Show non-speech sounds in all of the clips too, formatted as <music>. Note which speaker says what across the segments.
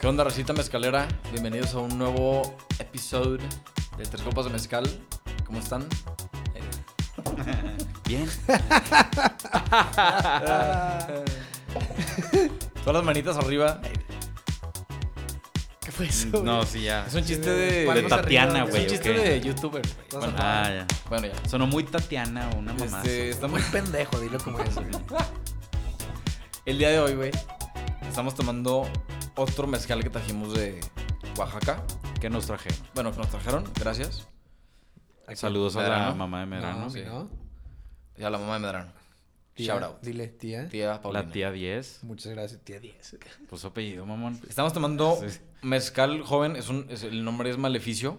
Speaker 1: ¿Qué onda, Racita Mezcalera? Bienvenidos a un nuevo episodio de Tres Copas de Mezcal. ¿Cómo están?
Speaker 2: <laughs> Bien.
Speaker 1: Todas las manitas arriba.
Speaker 3: ¿Qué fue eso?
Speaker 2: No, sí, ya.
Speaker 1: Es un chiste de.
Speaker 3: De
Speaker 2: Tatiana,
Speaker 1: Es
Speaker 2: güey,
Speaker 1: un
Speaker 2: ¿o
Speaker 1: chiste
Speaker 2: qué?
Speaker 1: de youtuber. Bueno,
Speaker 2: Ah, ya.
Speaker 1: bueno, ya.
Speaker 2: Sonó muy Tatiana o una mamá.
Speaker 1: Este, estamos-
Speaker 3: Muy <laughs> pendejo, dilo como es. güey.
Speaker 1: el día de hoy, güey, estamos tomando otro mezcal que trajimos de Oaxaca.
Speaker 2: ¿Qué nos trajeron?
Speaker 1: Bueno, que nos trajeron, gracias.
Speaker 2: Saludos a
Speaker 1: Medrano.
Speaker 2: la mamá de Medrano.
Speaker 3: No,
Speaker 1: sí.
Speaker 3: no.
Speaker 1: Y a la mamá de Medrano.
Speaker 3: Tía,
Speaker 1: Shout out.
Speaker 3: Dile, tía.
Speaker 1: Tía Paulina.
Speaker 2: La tía 10.
Speaker 3: Muchas gracias, tía 10.
Speaker 2: Pues su apellido, mamón.
Speaker 1: Estamos tomando
Speaker 2: Sí.
Speaker 1: mezcal joven, es un, es- el nombre es Maleficio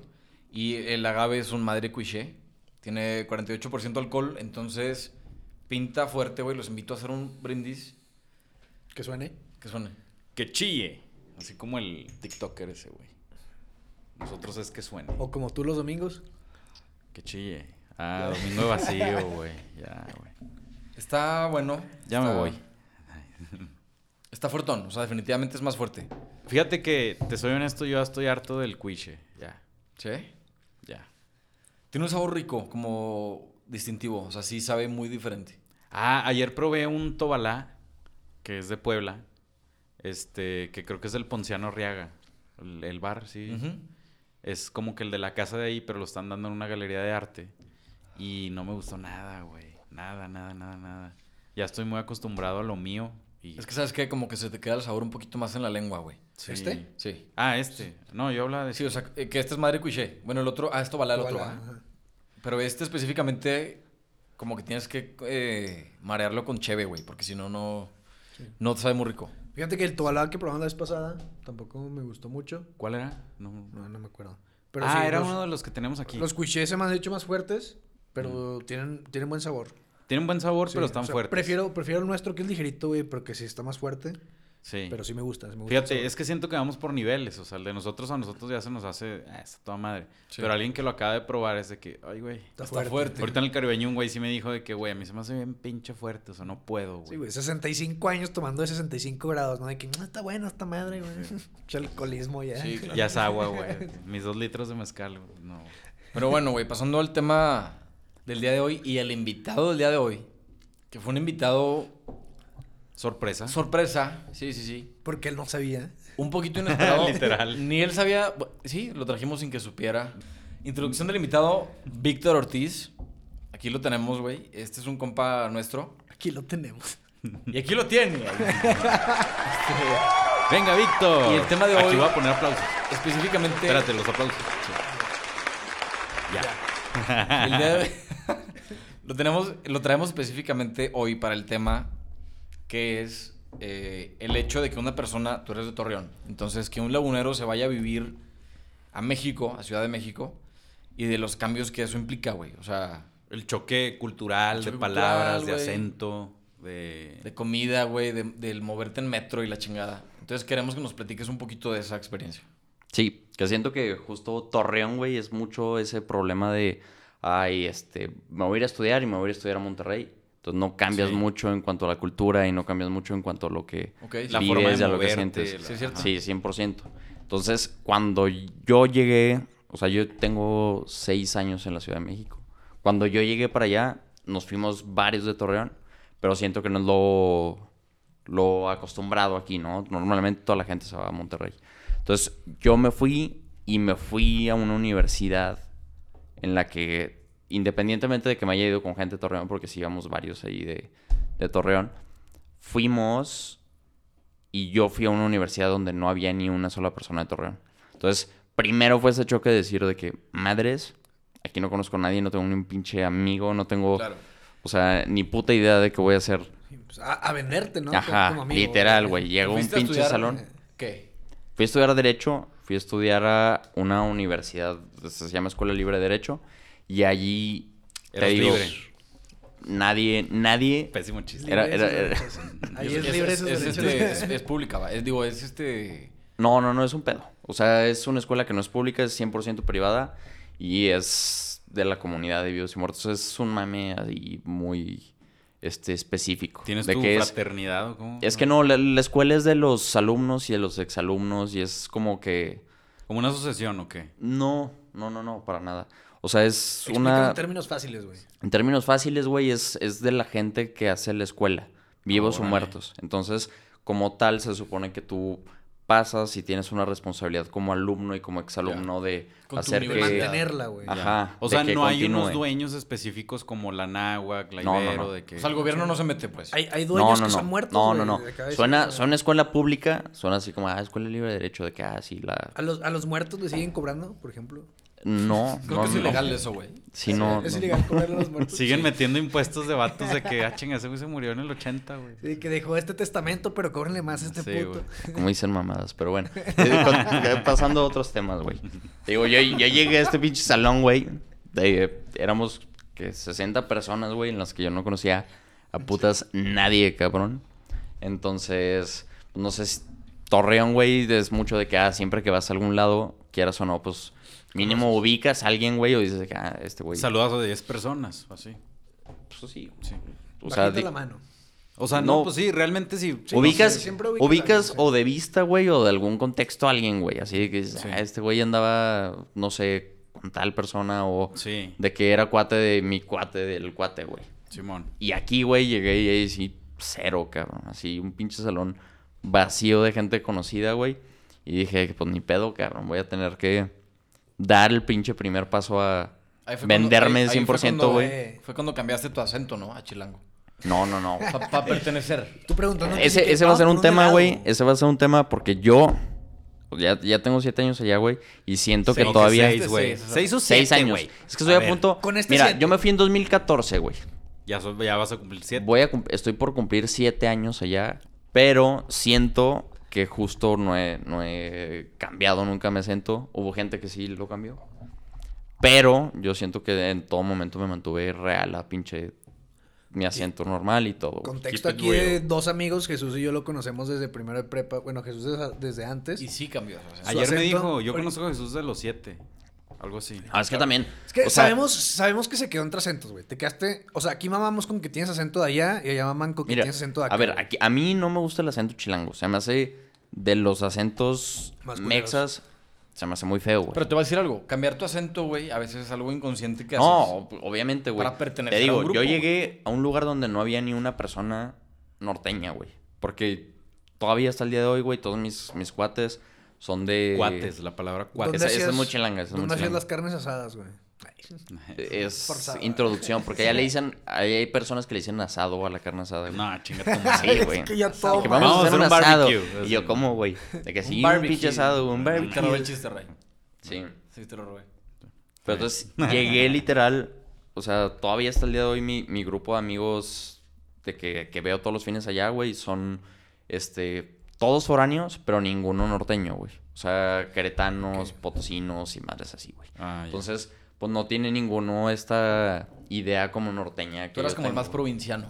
Speaker 1: y el agave es un madre cuiché. Tiene 48% alcohol, entonces pinta fuerte, güey. Los invito a hacer un brindis.
Speaker 3: Que suene.
Speaker 1: Que suene.
Speaker 2: Que chille. Así como el TikToker ese, güey. Nosotros es que suene.
Speaker 3: O como tú los domingos.
Speaker 2: Que chille. Ah, domingo de <laughs> vacío, güey. Ya, güey.
Speaker 1: Está bueno.
Speaker 2: Ya me
Speaker 1: está-
Speaker 2: voy.
Speaker 1: Está fuertón, o sea, definitivamente es más fuerte.
Speaker 2: Fíjate que, te soy honesto, yo ya estoy harto del cuiche. Ya,
Speaker 1: ¿Sí?
Speaker 2: ya.
Speaker 1: Tiene un sabor rico, como distintivo. O sea, sí sabe muy diferente.
Speaker 2: Ah, ayer probé un tobalá, que es de Puebla, este, que creo que es del Ponciano Riaga, el, el bar, sí.
Speaker 1: Ujú.
Speaker 2: Es como que el de la casa de ahí, pero lo están dando en una galería de arte. Y no me gustó nada, güey. Nada, nada, nada, nada. Ya estoy muy acostumbrado a lo mío. Y...
Speaker 1: Es que, ¿sabes qué? Como que se te queda el sabor un poquito más en la lengua, güey.
Speaker 2: Sí.
Speaker 3: ¿Este?
Speaker 1: Sí.
Speaker 2: Ah, este. No, yo hablaba de...
Speaker 1: Sí, o sea, eh, que este es madre cuiché. Bueno, el otro... Ah, esto vale al otro,
Speaker 3: Ojalá.
Speaker 2: ¿eh?
Speaker 1: ¿ah?
Speaker 3: Ajá.
Speaker 1: Pero este específicamente, como que tienes que eh, marearlo con cheve, güey, porque si no, no, no te sabe muy rico.
Speaker 3: Fíjate que el tobalá que probamos la vez pasada tampoco me gustó mucho.
Speaker 2: ¿Cuál era? No.
Speaker 3: No, no me acuerdo.
Speaker 2: ah,
Speaker 3: sí,
Speaker 2: era
Speaker 3: los,
Speaker 2: uno de los que tenemos aquí.
Speaker 3: Los cuichés se me han hecho más fuertes, pero tienen, tienen buen sabor.
Speaker 2: Tienen buen sabor,
Speaker 3: Sí,
Speaker 2: pero
Speaker 3: o
Speaker 2: están
Speaker 3: sea,
Speaker 2: fuertes.
Speaker 3: Prefiero, prefiero el nuestro que es ligerito, güey, porque sí está más fuerte,
Speaker 2: Sí.
Speaker 3: pero sí me gusta. sí me gusta el
Speaker 2: Fíjate,
Speaker 3: sabor.
Speaker 2: es que siento que vamos por niveles, o sea, el de nosotros a nosotros ya se nos hace, ah, está toda madre.
Speaker 1: Sí.
Speaker 2: Pero alguien que lo acaba de probar es de que, ay, güey.
Speaker 3: Está
Speaker 1: está
Speaker 3: fuerte.
Speaker 1: fuerte.
Speaker 2: Ahorita en el caribeño un güey sí me dijo de que, güey, a mí se me hace bien pinche fuerte, o sea, no puedo, güey.
Speaker 3: Sí, güey, 65 años tomando de 65 grados, ¿no? De que, "Mm, está bueno esta madre, güey. Mucho alcoholismo ya.
Speaker 1: Sí, claro.
Speaker 2: Ya es agua,
Speaker 1: <laughs>
Speaker 2: güey. Mis dos litros de mezcal, güey, no.
Speaker 1: Pero bueno, güey, pasando al tema del día de hoy y el invitado del día de hoy, que fue un invitado
Speaker 2: Sorpresa.
Speaker 1: sorpresa, sí, sí, sí,
Speaker 3: Porque él no sabía.
Speaker 1: un poquito inesperado.
Speaker 2: <laughs> Literal.
Speaker 1: Ni él sabía, bu- sí, lo trajimos sin que supiera. Introducción del invitado, Víctor Ortiz. Aquí lo tenemos, güey. Este es un compa nuestro.
Speaker 3: Aquí lo tenemos.
Speaker 1: Y aquí lo tiene.
Speaker 2: <laughs> Venga, Víctor.
Speaker 1: Y el tema de
Speaker 2: Aquí
Speaker 1: hoy-
Speaker 2: voy a poner aplausos.
Speaker 1: Específicamente.
Speaker 2: Espérate, los aplausos. Sí. Ya.
Speaker 1: El día de <laughs> hoy- lo, tenemos, lo traemos específicamente hoy para el tema que es eh, el hecho de que una persona, tú eres de Torreón, entonces que un lagunero se vaya a vivir a México, a Ciudad de México, y de los cambios que eso implica, güey. O sea,
Speaker 2: El choque cultural
Speaker 1: El choque
Speaker 2: de palabras,
Speaker 1: cultural,
Speaker 2: de
Speaker 1: güey.
Speaker 2: acento, de...
Speaker 1: de comida, güey, de- del moverte en metro y la chingada. Entonces queremos que nos platiques un poquito de esa experiencia.
Speaker 4: Sí, que siento que justo Torreón, güey, es mucho ese problema de, ay, este, me voy a ir a estudiar y me voy a ir a estudiar a Monterrey. Entonces no cambias
Speaker 2: Sí.
Speaker 4: mucho en cuanto a la cultura y no cambias mucho en cuanto a lo que
Speaker 1: Ok,
Speaker 2: La
Speaker 1: Sí,
Speaker 4: vives
Speaker 2: forma de
Speaker 4: y a lo que
Speaker 2: moverte,
Speaker 4: sientes.
Speaker 2: la-
Speaker 1: Sí, es cierto.
Speaker 4: Sí, 100%. Entonces, cuando yo llegué, o sea, yo tengo seis años en la Ciudad de México. Cuando yo llegué para allá, nos fuimos varios de Torreón, pero siento que no es lo, lo acostumbrado aquí, ¿no? Normalmente toda la gente se va a Monterrey. Entonces, yo me fui y me fui a una universidad en la que, independientemente de que me haya ido con gente de Torreón, porque sí íbamos varios ahí de, de Torreón, fuimos y yo fui a una universidad donde no había ni una sola persona de Torreón. Entonces, primero fue ese choque de decir de que, madres, aquí no conozco a nadie, no tengo ni un pinche amigo, no tengo,
Speaker 1: Claro.
Speaker 4: o sea, ni puta idea de qué voy a hacer.
Speaker 3: Y, pues, a, a venderte, ¿no?
Speaker 4: Ajá,
Speaker 3: Como amigo,
Speaker 4: literal, güey. Llego a un
Speaker 1: ¿Fuiste
Speaker 4: pinche
Speaker 1: estudiar-
Speaker 4: salón.
Speaker 1: ¿Qué?
Speaker 4: Fui a estudiar Derecho, fui a estudiar a una universidad, pues, se llama Escuela Libre de Derecho, y allí, te
Speaker 2: Eras
Speaker 4: digo,
Speaker 2: libre.
Speaker 4: nadie, nadie...
Speaker 2: Pésimo chiste.
Speaker 4: Era-
Speaker 3: Libre
Speaker 4: era-
Speaker 3: esos
Speaker 4: era-
Speaker 3: derechos. pues, Ahí es,
Speaker 1: Es-
Speaker 3: libre
Speaker 1: es,
Speaker 3: esos
Speaker 1: es, <laughs>
Speaker 3: derechos.
Speaker 1: este, es- es pública, va. Es- digo, es este...
Speaker 4: No, no, no es un pedo. O sea, es una escuela que no es pública, es 100% privada y es de la comunidad de vivos y muertos. Es un mame así muy este, específico.
Speaker 2: ¿Tienes
Speaker 4: de
Speaker 2: tu
Speaker 4: que es,
Speaker 2: fraternidad o cómo?
Speaker 4: es que no, la, la escuela es de los alumnos y de los exalumnos y es como que...
Speaker 2: ¿Como una asociación o qué?
Speaker 4: No, no, no, no, para nada. O sea, es
Speaker 3: Explícalo
Speaker 4: una...
Speaker 3: en términos fáciles, güey.
Speaker 4: En términos fáciles, güey, es, es de la gente que hace la escuela, vivos o
Speaker 2: Órale.
Speaker 4: muertos. Entonces, como tal, se supone que tú pasas y tienes una responsabilidad como alumno y como exalumno de
Speaker 1: Con tu
Speaker 4: hacer
Speaker 1: nivel.
Speaker 4: que...
Speaker 3: Mantenerla, güey.
Speaker 4: Ajá.
Speaker 2: Ya. O
Speaker 4: Ah, de
Speaker 2: sea,
Speaker 4: que
Speaker 2: no hay unos
Speaker 4: continúe.
Speaker 2: dueños específicos como la náhuac, la
Speaker 4: No, no,
Speaker 2: Ibero,
Speaker 4: no.
Speaker 2: de que...
Speaker 1: O sea, el gobierno no se mete, pues.
Speaker 3: Hay, hay
Speaker 4: No,
Speaker 3: dueños
Speaker 4: no,
Speaker 3: que
Speaker 4: no.
Speaker 3: son muertos.
Speaker 4: no, no,
Speaker 3: güey,
Speaker 4: no.
Speaker 3: de cabeza,
Speaker 4: Suena,
Speaker 3: güey.
Speaker 4: suena escuela pública, suena así como, ah, escuela libre de derecho, de que, ah, sí, la...
Speaker 3: ¿A los, a los muertos le siguen cobrando, por ejemplo.
Speaker 4: No,
Speaker 1: Creo
Speaker 4: no,
Speaker 1: que es
Speaker 4: no.
Speaker 1: ilegal eso, güey.
Speaker 4: Sí, no,
Speaker 3: es
Speaker 4: no,
Speaker 3: ilegal
Speaker 4: no.
Speaker 3: cobrarle a los
Speaker 2: <laughs>
Speaker 3: muertos.
Speaker 2: Siguen metiendo impuestos de vatos de que, ah, chinga, ese güey se murió en el 80, güey.
Speaker 3: Sí, que dejó este testamento, pero cóbrenle más a este
Speaker 2: Sí,
Speaker 3: puto.
Speaker 2: güey.
Speaker 4: Como dicen mamadas, pero bueno. Eh, con- Pasando a otros temas, güey. Te Digo, yo, yo llegué a este pinche salón, güey. de- éramos que 60 personas, güey, en las que yo no conocía a putas nadie, cabrón. Entonces, no sé si Torreón, güey, es mucho de que ah, siempre que vas a algún lado, quieras o no, pues mínimo ubicas a alguien, güey, o dices de que ah, este güey.
Speaker 2: Saludas a 10 personas, o así.
Speaker 4: Pues sí.
Speaker 2: Sí.
Speaker 4: O sea,
Speaker 3: Bajita
Speaker 4: di-
Speaker 3: la mano.
Speaker 2: O sea, no,
Speaker 4: No.
Speaker 2: pues sí, realmente sí.
Speaker 3: Sí,
Speaker 4: ubicas,
Speaker 3: no sé, siempre ubicas a
Speaker 4: ubicas
Speaker 3: alguien, sí.
Speaker 4: o de vista, güey, o de algún contexto a alguien, güey. Así de que dices,
Speaker 2: Sí.
Speaker 4: "Ah, este güey andaba, no sé, con tal persona o
Speaker 2: Sí,
Speaker 4: de que era cuate de mi cuate del cuate, güey.
Speaker 2: Simón.
Speaker 4: Y aquí, güey, llegué y ahí sí, cero, cabrón. Así, un pinche salón vacío de gente conocida, güey. Y dije, pues ni pedo, cabrón. Voy a tener que dar el pinche primer paso a
Speaker 1: Ahí fue cuando-
Speaker 4: venderme
Speaker 1: ahí- ahí fue
Speaker 4: 100%,
Speaker 1: cuando- eh,
Speaker 4: güey.
Speaker 1: Fue cuando cambiaste tu acento, ¿no? A chilango.
Speaker 4: No, no,
Speaker 1: <laughs>
Speaker 4: no. güey.
Speaker 1: Para pertenecer.
Speaker 3: Tú preguntando.
Speaker 4: Ese, ese va a ser un tema, güey. Ese va a ser un tema porque yo pues, ya, ya tengo siete años allá, güey. Y siento que
Speaker 2: Seis,
Speaker 4: todavía.
Speaker 2: Seis, güey.
Speaker 1: Seis,
Speaker 2: Seis o
Speaker 4: Seis
Speaker 2: siete,
Speaker 4: años.
Speaker 2: güey.
Speaker 4: Es que estoy a,
Speaker 2: ver,
Speaker 4: punto.
Speaker 3: Con este
Speaker 4: Mira,
Speaker 3: siete.
Speaker 4: yo me fui en 2014, güey.
Speaker 2: Ya, so- ya vas a cumplir siete.
Speaker 4: Voy a cum- estoy por cumplir siete años allá. Pero siento que justo no he, no he cambiado, nunca me siento. Hubo gente que sí lo cambió. Pero yo siento que en todo momento me mantuve real a pinche mi asiento normal y todo. güey.
Speaker 3: Contexto
Speaker 1: Keep it
Speaker 3: aquí de
Speaker 1: real.
Speaker 3: dos amigos, Jesús y yo lo conocemos desde primero de prepa. Bueno, Jesús desde, desde antes.
Speaker 1: Y sí cambió. o sea,
Speaker 3: Ay,
Speaker 2: Ayer me
Speaker 3: acento-
Speaker 2: dijo, yo
Speaker 3: Ori-
Speaker 2: conozco a Jesús de los siete. Algo así.
Speaker 4: Ah, es que también.
Speaker 3: Es que
Speaker 4: o sea,
Speaker 3: sabemos, sabemos que se quedó entre acentos, güey. Te quedaste. O sea, aquí mamamos con que tienes acento de allá y allá maman con que
Speaker 4: Mira,
Speaker 3: tienes acento de acá.
Speaker 4: a ver,
Speaker 3: güey.
Speaker 4: aquí, a mí no me gusta el acento chilango. Se me hace de los acentos
Speaker 3: Más
Speaker 4: mexas, se me hace muy feo, güey.
Speaker 1: Pero te voy a decir algo. Cambiar tu acento, güey, a veces es algo inconsciente que haces.
Speaker 4: No, ob- obviamente, güey.
Speaker 1: Para pertenecer a
Speaker 4: Te digo,
Speaker 1: un grupo,
Speaker 4: yo llegué a un lugar donde no había ni una persona norteña, güey. Porque todavía hasta el día de hoy, güey, todos mis, mis cuates son de...
Speaker 2: Cuates, la palabra
Speaker 3: ¿Dónde
Speaker 2: cuates.
Speaker 4: esa- esa es
Speaker 3: hacías-
Speaker 4: muy chilanga, esa es muy
Speaker 3: ¿Dónde hacías
Speaker 4: chilanga.
Speaker 3: las carnes asadas, güey?
Speaker 4: Es
Speaker 3: Forzada.
Speaker 4: introducción, porque ya le dicen... ahí hay personas que le dicen asado a la carne asada, güey.
Speaker 2: No, chinga tu
Speaker 3: <laughs>
Speaker 2: madre.
Speaker 4: Ah, Sí, güey.
Speaker 3: que ya todo
Speaker 4: Que
Speaker 3: mal.
Speaker 4: vamos, a hacer un, asado.
Speaker 2: barbecue.
Speaker 4: Y yo, ¿cómo, güey? De que
Speaker 1: Un
Speaker 4: sí, un
Speaker 1: barbecue.
Speaker 4: pinche asado, un
Speaker 1: Te robé el
Speaker 4: barbecue.
Speaker 1: chiste, Ray.
Speaker 4: Sí.
Speaker 1: Sí, te lo robé.
Speaker 4: Pero
Speaker 1: Pues, <laughs>
Speaker 4: entonces llegué literal, o sea, todavía hasta el día de hoy mi, mi grupo de amigos de que, que veo todos los fines allá, güey, son, este, todos foráneos, pero ninguno norteño, güey. O sea, queretanos, potosinos y madres así, güey.
Speaker 2: Ah, ya.
Speaker 4: Entonces, pues no tiene ninguno esta idea como norteña que
Speaker 1: Tú eras
Speaker 4: yo
Speaker 1: como el
Speaker 4: tengo.
Speaker 1: más provinciano.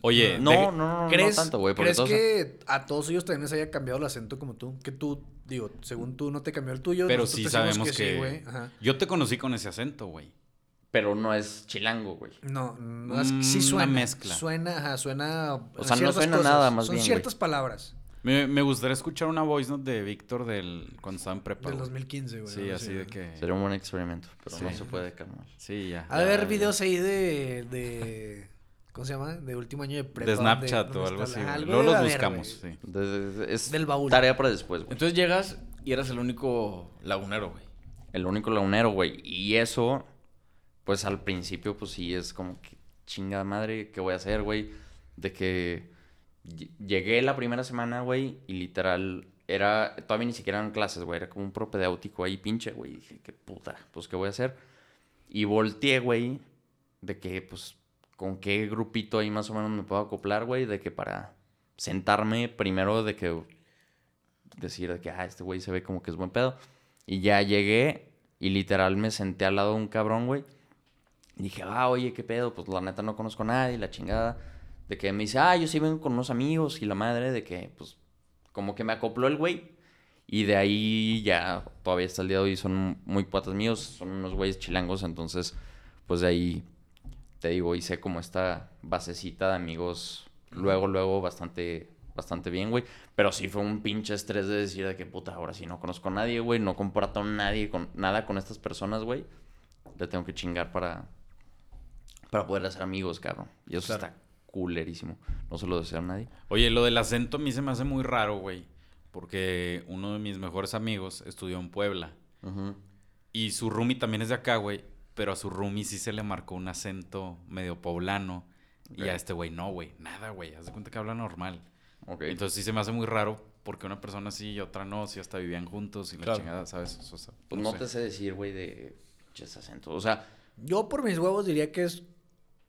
Speaker 2: Oye,
Speaker 4: No,
Speaker 2: deje-
Speaker 4: no, no, no, no
Speaker 3: ¿Crees,
Speaker 4: tanto, güey. porque
Speaker 3: ¿crees
Speaker 4: todos-
Speaker 3: que a todos ellos también les haya cambiado el acento como tú? Que tú, digo, según tú no te cambió el tuyo.
Speaker 2: pero
Speaker 3: nosotros
Speaker 2: sí
Speaker 3: decimos
Speaker 2: sabemos que...
Speaker 3: sí, güey. Ajá.
Speaker 2: yo te conocí con ese acento, güey.
Speaker 4: Pero no es chilango, güey.
Speaker 3: No, no es,
Speaker 2: Mm,
Speaker 3: sí
Speaker 2: una
Speaker 3: suena.
Speaker 2: mezcla.
Speaker 3: Suena, ajá, suena.
Speaker 4: O sea, no
Speaker 3: ciertas
Speaker 4: suena nada, más
Speaker 3: Son
Speaker 4: bien,
Speaker 3: ciertas palabras
Speaker 2: Me, me gustaría escuchar una voice note de Víctor del cuando estaba en prepa.
Speaker 3: del
Speaker 2: güey.
Speaker 3: 2015, güey.
Speaker 2: Sí,
Speaker 3: algo
Speaker 2: así de
Speaker 3: güey.
Speaker 2: que.
Speaker 4: Sería un buen experimento, pero no
Speaker 2: Sí.
Speaker 4: se puede, carnal.
Speaker 2: Sí, ya.
Speaker 3: Ha de haber videos ahí de,
Speaker 2: <laughs>
Speaker 3: de. ¿Cómo se llama? De último año de prepa.
Speaker 2: de Snapchat
Speaker 3: donde-
Speaker 2: o
Speaker 3: donde
Speaker 2: algo así.
Speaker 3: está la-
Speaker 2: güey.
Speaker 3: algo
Speaker 2: Luego
Speaker 3: debe
Speaker 2: los
Speaker 3: haber,
Speaker 2: buscamos.
Speaker 3: güey.
Speaker 2: sí.
Speaker 4: Entonces, es
Speaker 3: Del baúl.
Speaker 4: tarea para después, güey.
Speaker 1: Entonces llegas y eras el único lagunero, güey.
Speaker 4: El único lagunero, güey. Y eso, pues al principio, pues sí, es como que chingada madre, ¿qué voy a hacer, güey? De que ll- llegué la primera semana, güey, y literal, era, todavía ni siquiera eran clases, güey, era como un propedéutico ahí, pinche, güey. Y Dije, qué puta, pues qué voy a hacer. Y volteé, güey, de que, pues, con qué grupito ahí más o menos me puedo acoplar, güey, de que para sentarme primero, de que decir de que, ah, este güey se ve como que es buen pedo. Y ya llegué y literal me senté al lado de un cabrón, güey. Y dije, ah, oye, qué pedo, pues la neta no conozco a nadie, la chingada. De que me dice, ah, yo sí vengo con unos amigos y la madre, de que, pues, como que me acopló el güey. Y de ahí ya, todavía hasta el día de hoy son muy cuatas míos, son unos güeyes chilangos, entonces, pues de ahí te digo, hice como esta basecita de amigos luego, luego bastante, bastante bien, güey. Pero sí fue un pinche estrés de decir de que puta, ahora sí no conozco a nadie, güey. No comparto nadie con, nada con estas personas, güey. Le tengo que chingar para, para poder hacer amigos, cabrón. Y eso
Speaker 1: Claro.
Speaker 4: está culerísimo. No se lo deseo a nadie.
Speaker 2: Oye, lo del acento a mí se me hace muy raro, güey. Porque uno de mis mejores amigos estudió en Puebla.
Speaker 4: Ujú.
Speaker 2: Y su roomie también es de acá, güey. Pero a su roomie sí se le marcó un acento medio poblano. Y a este güey no, güey. Nada, güey. Haz de cuenta que habla normal.
Speaker 4: Ok.
Speaker 2: Entonces sí se me hace muy raro porque una persona sí y otra no. Si hasta vivían juntos y la
Speaker 1: Claro.
Speaker 2: chingada, ¿sabes? O sea,
Speaker 4: Pues no te sé decir, güey, de pinches acentos. O sea,
Speaker 3: Yo por mis huevos diría que es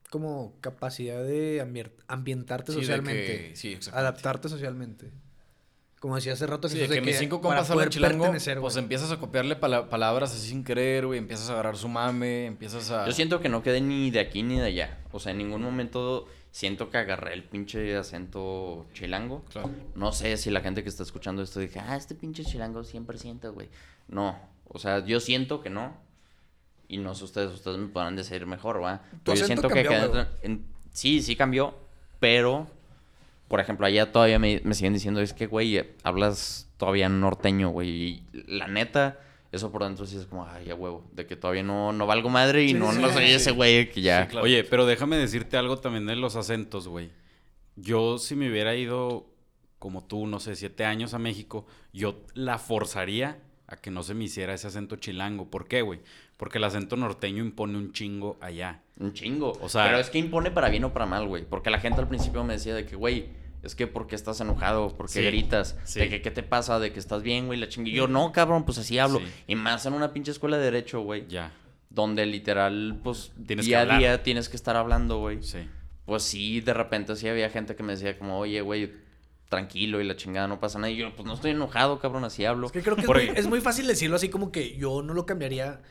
Speaker 3: como capacidad de ambier- ambientarte
Speaker 1: Sí, de
Speaker 3: socialmente.
Speaker 1: que- sí, exactamente.
Speaker 3: Adaptarte socialmente. Como decía hace rato,
Speaker 1: Sí, de
Speaker 3: Jesús,
Speaker 1: que, mis cinco compas
Speaker 3: para
Speaker 1: hablan
Speaker 3: poder
Speaker 1: chilango,
Speaker 3: pertenecer,
Speaker 1: pues
Speaker 3: güey.
Speaker 1: empiezas a copiarle pala- palabras así sin querer, güey. Empiezas a agarrar su mame, empiezas a...
Speaker 4: Yo siento que no quedé ni de aquí ni de allá. O sea, en ningún momento siento que agarré el pinche acento chilango.
Speaker 1: Claro.
Speaker 4: No sé si la gente que está escuchando esto dije, ah, este pinche chilango 100%, güey. No. O sea, yo siento que no. Y no sé ustedes, ustedes me podrán decir mejor, ¿va? Pero yo
Speaker 3: acento
Speaker 4: siento que
Speaker 3: cambió,
Speaker 4: quedé-
Speaker 3: güey.
Speaker 4: en- Sí, sí cambió, pero... Por ejemplo, allá todavía me, me siguen diciendo, es que, güey, eh, hablas todavía norteño, güey. Y la neta, eso por dentro sí es como, ay, a huevo, de que todavía no, no valgo madre y
Speaker 3: Sí,
Speaker 4: no,
Speaker 3: sí,
Speaker 4: no
Speaker 3: sí,
Speaker 4: soy
Speaker 1: sí.
Speaker 4: ese güey que ya.
Speaker 1: Sí, claro.
Speaker 2: Oye, pero déjame decirte algo también de los acentos, güey. Yo, si me hubiera ido como tú, no sé, siete años a México, yo la forzaría a que no se me hiciera ese acento chilango. ¿Por qué, güey? Porque el acento norteño impone un chingo allá.
Speaker 4: Un chingo.
Speaker 2: O sea-
Speaker 4: Pero es que impone para bien o para mal, güey. Porque la gente al principio me decía de que, güey, es que porque estás enojado, porque
Speaker 2: Sí,
Speaker 4: gritas,
Speaker 2: sí.
Speaker 4: de que qué te pasa, de que estás bien, güey, la chingue. Yo no, cabrón, pues así hablo.
Speaker 2: Sí.
Speaker 4: Y más en una pinche escuela de derecho, güey.
Speaker 2: Ya,
Speaker 4: Donde literal, pues,
Speaker 2: Tienes que
Speaker 4: día a
Speaker 2: hablar.
Speaker 4: día tienes que estar hablando, güey.
Speaker 2: sí.
Speaker 4: Pues sí, de repente sí había gente que me decía como, oye, güey, tranquilo y la chingada no pasa nada. Y yo, pues no estoy enojado, cabrón, así hablo.
Speaker 3: Es que creo que es
Speaker 2: Por
Speaker 3: muy,
Speaker 2: ahí.
Speaker 3: es muy fácil decirlo así como que yo no lo cambiaría.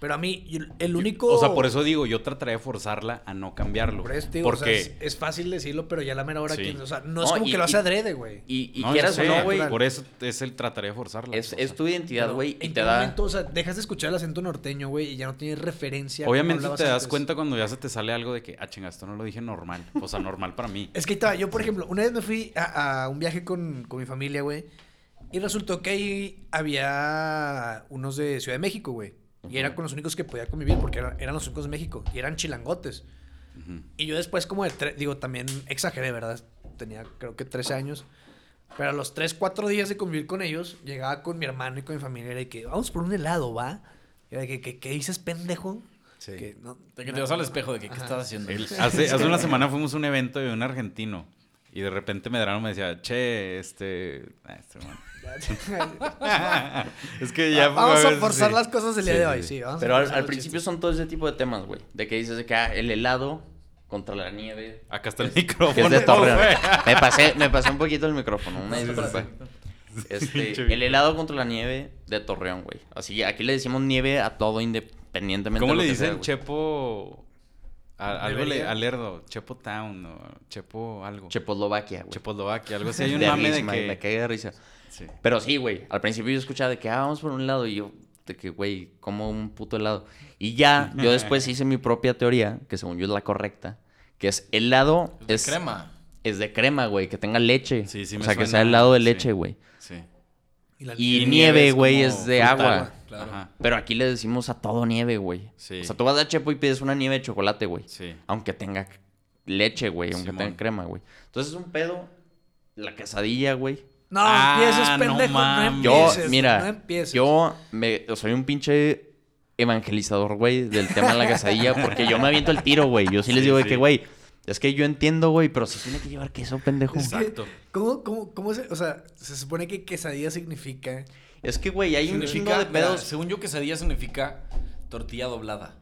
Speaker 3: Pero a mí, yo- el único...
Speaker 2: O sea, por eso digo, yo trataré de forzarla a no cambiarlo.
Speaker 3: Por eso te digo, o sea,
Speaker 2: porque...
Speaker 3: es, es fácil decirlo, pero ya a la mera hora...
Speaker 2: Sí.
Speaker 3: quien- o sea, no, es
Speaker 4: No,
Speaker 3: como
Speaker 4: y-
Speaker 3: que lo hace
Speaker 4: y-
Speaker 3: adrede, güey.
Speaker 4: Y, y
Speaker 2: No, ya
Speaker 4: quieras o
Speaker 2: sé,
Speaker 4: no, güey,
Speaker 2: Por eso es el trataré de forzarla.
Speaker 4: es,
Speaker 2: o sea.
Speaker 4: es tu identidad,
Speaker 3: Pero,
Speaker 4: güey, y
Speaker 3: ¿en
Speaker 4: te
Speaker 3: qué
Speaker 4: da...
Speaker 3: momento, o sea, dejas de escuchar el acento norteño, güey, y ya no tienes referencia. a cómo
Speaker 2: Obviamente
Speaker 3: hablabas
Speaker 2: te das
Speaker 3: antes.
Speaker 2: cuenta cuando ya se te sale algo de que, ah, chinga, esto no lo dije normal. O sea, normal para
Speaker 4: <laughs>
Speaker 2: mí.
Speaker 3: Es que ahí te va, yo, por ejemplo, una vez me fui a, a un viaje con, con mi familia, güey. Y resultó que ahí había unos de Ciudad de México, güey. Y eran con los únicos que podía convivir, porque eran, eran los únicos de México. Y eran chilangotes.
Speaker 2: Ujú.
Speaker 3: Y yo después como de tres, digo, también exageré, ¿verdad? Tenía creo que 13 años. Pero a los 3, 4 días de convivir con ellos, llegaba con mi hermano y con mi familia y era de que, vamos por un helado, ¿va? Y era de que, que, ¿qué dices, pendejo?
Speaker 2: Sí.
Speaker 3: Que no-
Speaker 1: De que te vas al espejo de que, ¿qué estás haciendo?
Speaker 2: Hace, hace
Speaker 3: <laughs>
Speaker 2: una semana fuimos a un evento de un argentino. Y de repente Medrano me decía, che, este. ah, este
Speaker 3: <laughs>
Speaker 2: man". <laughs> es que ya.
Speaker 3: Ah, Vamos a
Speaker 2: veces
Speaker 3: forzar
Speaker 2: sí.
Speaker 3: las cosas del día
Speaker 2: Sí,
Speaker 3: de
Speaker 2: sí,
Speaker 3: hoy,
Speaker 2: sí.
Speaker 3: sí. vamos a
Speaker 4: Pero al,
Speaker 3: forzar
Speaker 4: al
Speaker 3: los
Speaker 4: principio
Speaker 3: chistes.
Speaker 4: son todo ese tipo de temas, güey. De que dices de que ah, el helado contra la
Speaker 3: <laughs>
Speaker 4: nieve.
Speaker 2: Acá está el micrófono.
Speaker 4: Que es
Speaker 2: <laughs>
Speaker 4: de
Speaker 2: no,
Speaker 4: Torreón.
Speaker 2: güey.
Speaker 4: Me pasé, me pasé un poquito el micrófono, una disculpa.
Speaker 2: Pinche
Speaker 4: Este, el
Speaker 2: micrófono.
Speaker 4: helado contra la nieve de Torreón, güey. Así, aquí le decimos nieve a todo independientemente
Speaker 2: ¿Cómo
Speaker 4: de lo
Speaker 2: le
Speaker 4: que
Speaker 2: dicen
Speaker 4: sea, güey.
Speaker 2: Chepo. a- algo le,
Speaker 3: Debería.
Speaker 2: al Lerdo? Chepo Town, o Chepo algo.
Speaker 4: Cheposlovaquia, güey.
Speaker 2: Cheposlovaquia, algo así. Hay un
Speaker 4: De
Speaker 2: mame de
Speaker 4: risa, Me
Speaker 2: que.
Speaker 4: cagué de risa.
Speaker 2: Sí.
Speaker 4: Pero sí, güey. Al principio yo escuchaba de que ah, vamos por un lado y yo, de que, güey, como un puto helado. Y ya, yo después hice mi propia teoría, que según yo es la correcta, que es helado
Speaker 1: Es de crema.
Speaker 4: es de crema, güey, que tenga leche.
Speaker 2: Sí, sí
Speaker 4: o
Speaker 2: me
Speaker 4: sea, que
Speaker 2: suena,
Speaker 4: sea helado de
Speaker 2: sí.
Speaker 4: leche, güey.
Speaker 2: sí.
Speaker 3: la-
Speaker 4: Y,
Speaker 2: Y nieve
Speaker 4: nieve,
Speaker 2: es
Speaker 4: güey,
Speaker 2: como
Speaker 4: es de
Speaker 2: frutal,
Speaker 4: agua.
Speaker 1: Claro.
Speaker 2: Ajá.
Speaker 4: Pero aquí le decimos a todo nieve, güey.
Speaker 2: Sí.
Speaker 4: O sea, tú vas a Chepo y pides una nieve de chocolate, güey.
Speaker 2: Sí.
Speaker 4: Aunque tenga leche, güey, aunque
Speaker 2: Simón.
Speaker 4: tenga crema, güey. Entonces es un pedo la quesadilla, güey.
Speaker 3: No,
Speaker 2: Ah,
Speaker 3: empieces,
Speaker 2: no
Speaker 3: pendejo. No,
Speaker 2: mames.
Speaker 4: Yo,
Speaker 3: empieces.
Speaker 4: mira,
Speaker 3: no empieces.
Speaker 4: yo me, soy un pinche evangelizador, güey, del tema de la quesadilla, porque yo me aviento el tiro, güey. Yo sí, les
Speaker 2: Sí,
Speaker 4: digo de
Speaker 2: sí.
Speaker 4: que, güey, es que yo entiendo, güey, pero sí tiene que llevar queso, pendejo.
Speaker 3: Es que,
Speaker 2: Exacto.
Speaker 3: ¿Cómo, cómo, cómo se, o sea, se supone que quesadilla significa?
Speaker 4: Es que, güey, hay un chingo
Speaker 1: Significa,
Speaker 4: de
Speaker 1: mira,
Speaker 4: pedos.
Speaker 1: según yo, quesadilla significa tortilla doblada.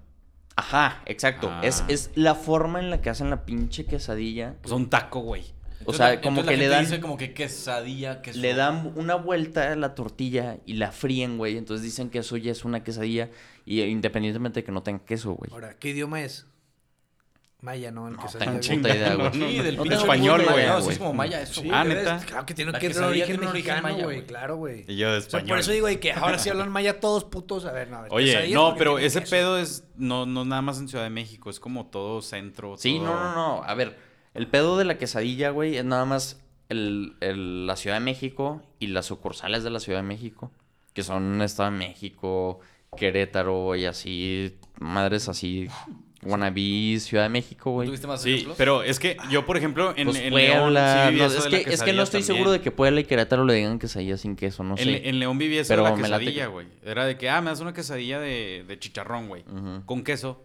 Speaker 4: Ajá, exacto.
Speaker 2: Ah.
Speaker 4: Es, es la forma en la que hacen la pinche quesadilla.
Speaker 2: Pues un taco, güey.
Speaker 4: O
Speaker 1: Entonces,
Speaker 4: sea,
Speaker 1: la-
Speaker 4: como
Speaker 1: entonces la
Speaker 4: que le
Speaker 1: gente
Speaker 4: dan,
Speaker 1: dice como que quesadilla, queso.
Speaker 4: le dan una vuelta a la tortilla y la fríen, güey. Entonces dicen que eso ya es una quesadilla y eh, independientemente de que no tenga queso, güey.
Speaker 3: Ahora, ¿qué idioma es? Maya, ¿no? El que sale
Speaker 4: tengo
Speaker 3: de-
Speaker 4: puta idea, güey.
Speaker 2: No,
Speaker 1: Sí,
Speaker 2: no,
Speaker 1: del
Speaker 2: no,
Speaker 1: pinche
Speaker 2: español,
Speaker 1: fútbol,
Speaker 2: güey.
Speaker 1: No, sí es como maya eso.
Speaker 3: Sí,
Speaker 1: güey.
Speaker 2: Ah,
Speaker 3: debe-
Speaker 2: ¿neta?
Speaker 3: Claro que tiene
Speaker 1: La
Speaker 3: que
Speaker 1: que
Speaker 3: ser de
Speaker 1: sabía
Speaker 3: origen
Speaker 1: tiene un origen
Speaker 3: mexicano,
Speaker 1: maya,
Speaker 3: güey.
Speaker 1: güey.
Speaker 3: Claro, güey.
Speaker 2: Y yo de
Speaker 3: O sea,
Speaker 2: español.
Speaker 3: por eso digo de que ahora sí hablan maya todos putos. A ver, no, a ver.
Speaker 2: Oye,
Speaker 3: quesadillas
Speaker 2: no,
Speaker 3: porque
Speaker 2: pero
Speaker 3: tienen
Speaker 2: ese
Speaker 3: queso.
Speaker 2: pedo es no, no nada más en Ciudad de México, es como todo centro.
Speaker 4: Sí,
Speaker 2: todo-
Speaker 4: no, no, no. A ver, el pedo de la quesadilla, güey, es nada más el, el- la Ciudad de México y las sucursales de la Ciudad de México, que son Estado de México, Querétaro y así, madres así, Guanabí, Ciudad de México, güey.
Speaker 1: ¿Tuviste más
Speaker 2: Sí,
Speaker 1: ejemplos?
Speaker 2: pero es que yo, por ejemplo, en,
Speaker 4: Pues
Speaker 2: en León
Speaker 4: Puebla,
Speaker 2: sí viví
Speaker 4: no,
Speaker 2: eso
Speaker 4: es,
Speaker 2: de la
Speaker 4: que, es que no
Speaker 2: quesadilla
Speaker 4: estoy
Speaker 2: también.
Speaker 4: seguro de que Puebla y Querétaro le digan quesadilla sin queso, no sé.
Speaker 2: En, en León vivía eso
Speaker 4: Pero
Speaker 2: de la
Speaker 4: me late
Speaker 2: quesadilla,
Speaker 4: que-
Speaker 2: güey. Era de que, ah, me das una quesadilla de, de chicharrón, güey.
Speaker 4: Ujú.
Speaker 2: Con queso.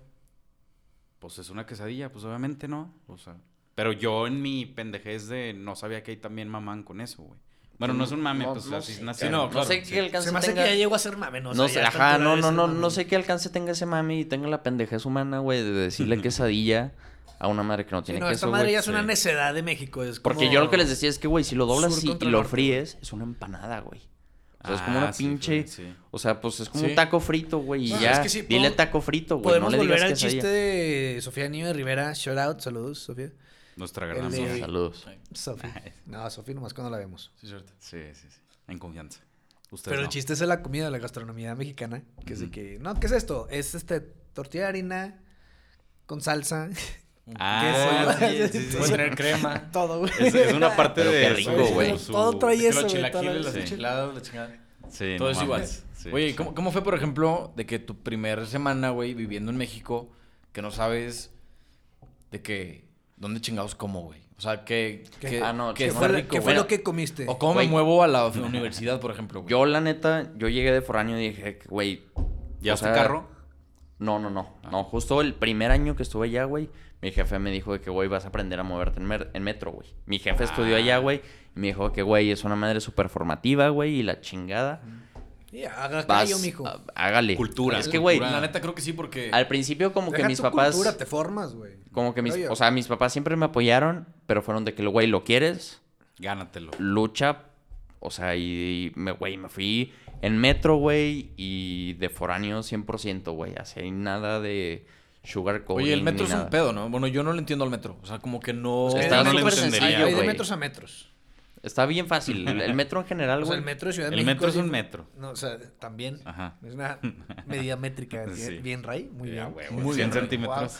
Speaker 2: Pues es una quesadilla, pues obviamente no. O sea, pero yo en mi pendejez de no sabía que ahí también mamán con eso, güey. Bueno, no es un mame,
Speaker 4: No,
Speaker 2: pues
Speaker 4: no
Speaker 2: así
Speaker 4: sé,
Speaker 2: nació.
Speaker 1: cabrón.
Speaker 2: no,
Speaker 1: No
Speaker 4: No
Speaker 2: claro,
Speaker 4: sé
Speaker 2: sí.
Speaker 4: qué alcance
Speaker 3: Se me hace
Speaker 4: tenga-
Speaker 3: que ya llegó a ser mame, ¿no?
Speaker 4: No sé,
Speaker 3: ya está
Speaker 4: ajá,
Speaker 3: en
Speaker 4: no,
Speaker 3: todas
Speaker 4: no,
Speaker 3: esas,
Speaker 4: no,
Speaker 3: mami.
Speaker 4: no sé qué alcance tenga ese mami y tenga la pendejez humana, güey,
Speaker 3: <laughs>
Speaker 4: de decirle quesadilla a una madre que no
Speaker 3: Sí,
Speaker 4: tiene
Speaker 3: no,
Speaker 4: queso,
Speaker 3: esta madre
Speaker 4: güey.
Speaker 3: ya es una
Speaker 4: Sí.
Speaker 3: necedad de México. Es
Speaker 4: Porque
Speaker 3: como-
Speaker 4: yo lo que les decía es que, güey, si lo doblas
Speaker 3: Sur
Speaker 4: y,
Speaker 3: contra
Speaker 4: y lo
Speaker 3: norte,
Speaker 4: fríes, es una empanada, güey. O sea, es como
Speaker 2: Ah,
Speaker 4: una
Speaker 2: sí,
Speaker 4: pinche...
Speaker 2: güey, sí.
Speaker 4: O sea, pues es como
Speaker 1: Sí.
Speaker 4: un taco frito, güey, y
Speaker 3: No,
Speaker 4: ya.
Speaker 3: es que sí,
Speaker 4: Dile
Speaker 3: podemos-
Speaker 4: taco frito, güey, no
Speaker 3: Podemos
Speaker 4: le digas
Speaker 3: volver al
Speaker 4: quesadilla.
Speaker 3: chiste de Sofía Niño de Rivera. Shout out, saludos, Sofía.
Speaker 2: Nuestra
Speaker 3: El
Speaker 2: gran
Speaker 3: de-
Speaker 2: amiga.
Speaker 4: Saludos. <laughs>
Speaker 3: Sofía. <laughs> No, Sofía nomás cuando la vemos.
Speaker 1: Sí, cierto.
Speaker 2: Sí, sí, sí. En confianza. Ustedes
Speaker 3: Pero el
Speaker 2: no.
Speaker 3: chiste es de la comida, de la gastronomía mexicana. Que es de que, no, ¿qué es esto? Es este tortilla de harina con salsa.
Speaker 2: Ah,
Speaker 3: queso.
Speaker 2: oye, sí, sí, sí.
Speaker 1: Puede tener
Speaker 4: Ah. <laughs>
Speaker 1: crema.
Speaker 3: <laughs> Todo, güey.
Speaker 2: Es, es una parte
Speaker 4: Pero
Speaker 2: de.
Speaker 4: qué
Speaker 2: su-
Speaker 4: rico, güey.
Speaker 2: su-
Speaker 3: Todo trae-
Speaker 1: Es que
Speaker 3: eso,
Speaker 1: los
Speaker 3: güey,
Speaker 1: chilaquiles,
Speaker 3: toda
Speaker 1: las
Speaker 2: la- sí.
Speaker 1: enchiladas, la chingada.
Speaker 2: Sí,
Speaker 1: Todo
Speaker 2: no
Speaker 1: es igual.
Speaker 2: mames. Sí,
Speaker 1: Oye, ¿y
Speaker 2: sí.
Speaker 1: ¿cómo, cómo fue, por ejemplo, de que tu primer semana, güey, viviendo en México, que no sabes de que dónde chingados como, güey? O sea, que,
Speaker 3: ¿Qué?
Speaker 1: que,
Speaker 4: Ah, no,
Speaker 1: que
Speaker 3: ¿Qué
Speaker 4: sí,
Speaker 1: está
Speaker 3: <laughs> fue, lo-
Speaker 4: rico,
Speaker 3: qué fue
Speaker 4: güey.
Speaker 3: lo que comiste?
Speaker 1: O cómo
Speaker 4: Güey.
Speaker 1: me muevo a la universidad, por ejemplo, güey.
Speaker 4: Yo, la neta, yo llegué de foráneo y dije, que, güey...
Speaker 2: ¿Ya
Speaker 4: o
Speaker 2: tu
Speaker 4: sea,
Speaker 2: carro?
Speaker 4: No, no, no.
Speaker 1: Ah.
Speaker 4: No, justo el primer año que estuve allá, güey, mi jefe me dijo de que, güey, vas a aprender a moverte en, mer- en metro, güey. Mi jefe
Speaker 1: Ah.
Speaker 4: estudió allá, güey, y me dijo que, güey, es una madre súper formativa, güey, y la chingada.
Speaker 3: Ya, haga
Speaker 4: Vas,
Speaker 3: callo, mijo.
Speaker 4: ah, hágale.
Speaker 2: Cultura.
Speaker 4: Es que, güey,
Speaker 1: La neta creo que sí, porque.
Speaker 4: al principio como que
Speaker 3: eh, Deja
Speaker 4: mis
Speaker 3: tu
Speaker 4: papás...
Speaker 3: cultura, te formas, güey.
Speaker 4: Como que mis...
Speaker 3: Oye.
Speaker 4: O sea, mis papás siempre me apoyaron, pero fueron de que, güey, lo quieres,
Speaker 2: Gánatelo.
Speaker 4: lucha. O sea, y, y me, güey, me fui en metro, güey, y de foráneo 100%, güey. Así hay nada de sugar
Speaker 1: Oye, el
Speaker 4: coating
Speaker 1: metro
Speaker 4: ni
Speaker 1: es un
Speaker 4: nada.
Speaker 1: pedo, ¿no? Bueno, yo no le entiendo al metro. O sea, como que no.
Speaker 4: O sea,
Speaker 3: Eh,
Speaker 4: está
Speaker 3: no le
Speaker 4: súper
Speaker 2: entendería,
Speaker 4: sencillo,
Speaker 3: Hay de
Speaker 4: güey.
Speaker 3: metros a metros.
Speaker 4: Está bien fácil. El metro en
Speaker 3: <laughs>
Speaker 4: general,
Speaker 3: O
Speaker 4: güey.
Speaker 3: sea, el metro de Ciudad de
Speaker 2: El
Speaker 3: México.
Speaker 2: metro es
Speaker 3: sí
Speaker 2: un
Speaker 3: fue-
Speaker 2: metro.
Speaker 3: No, o sea, también.
Speaker 2: Ajá.
Speaker 3: Es una medida métrica. Bien,
Speaker 2: Sí.
Speaker 3: bien, Ray. Muy
Speaker 2: Ya,
Speaker 3: bien.
Speaker 2: güey,
Speaker 1: Muy bien,
Speaker 2: 100
Speaker 1: Ray.
Speaker 2: centímetros.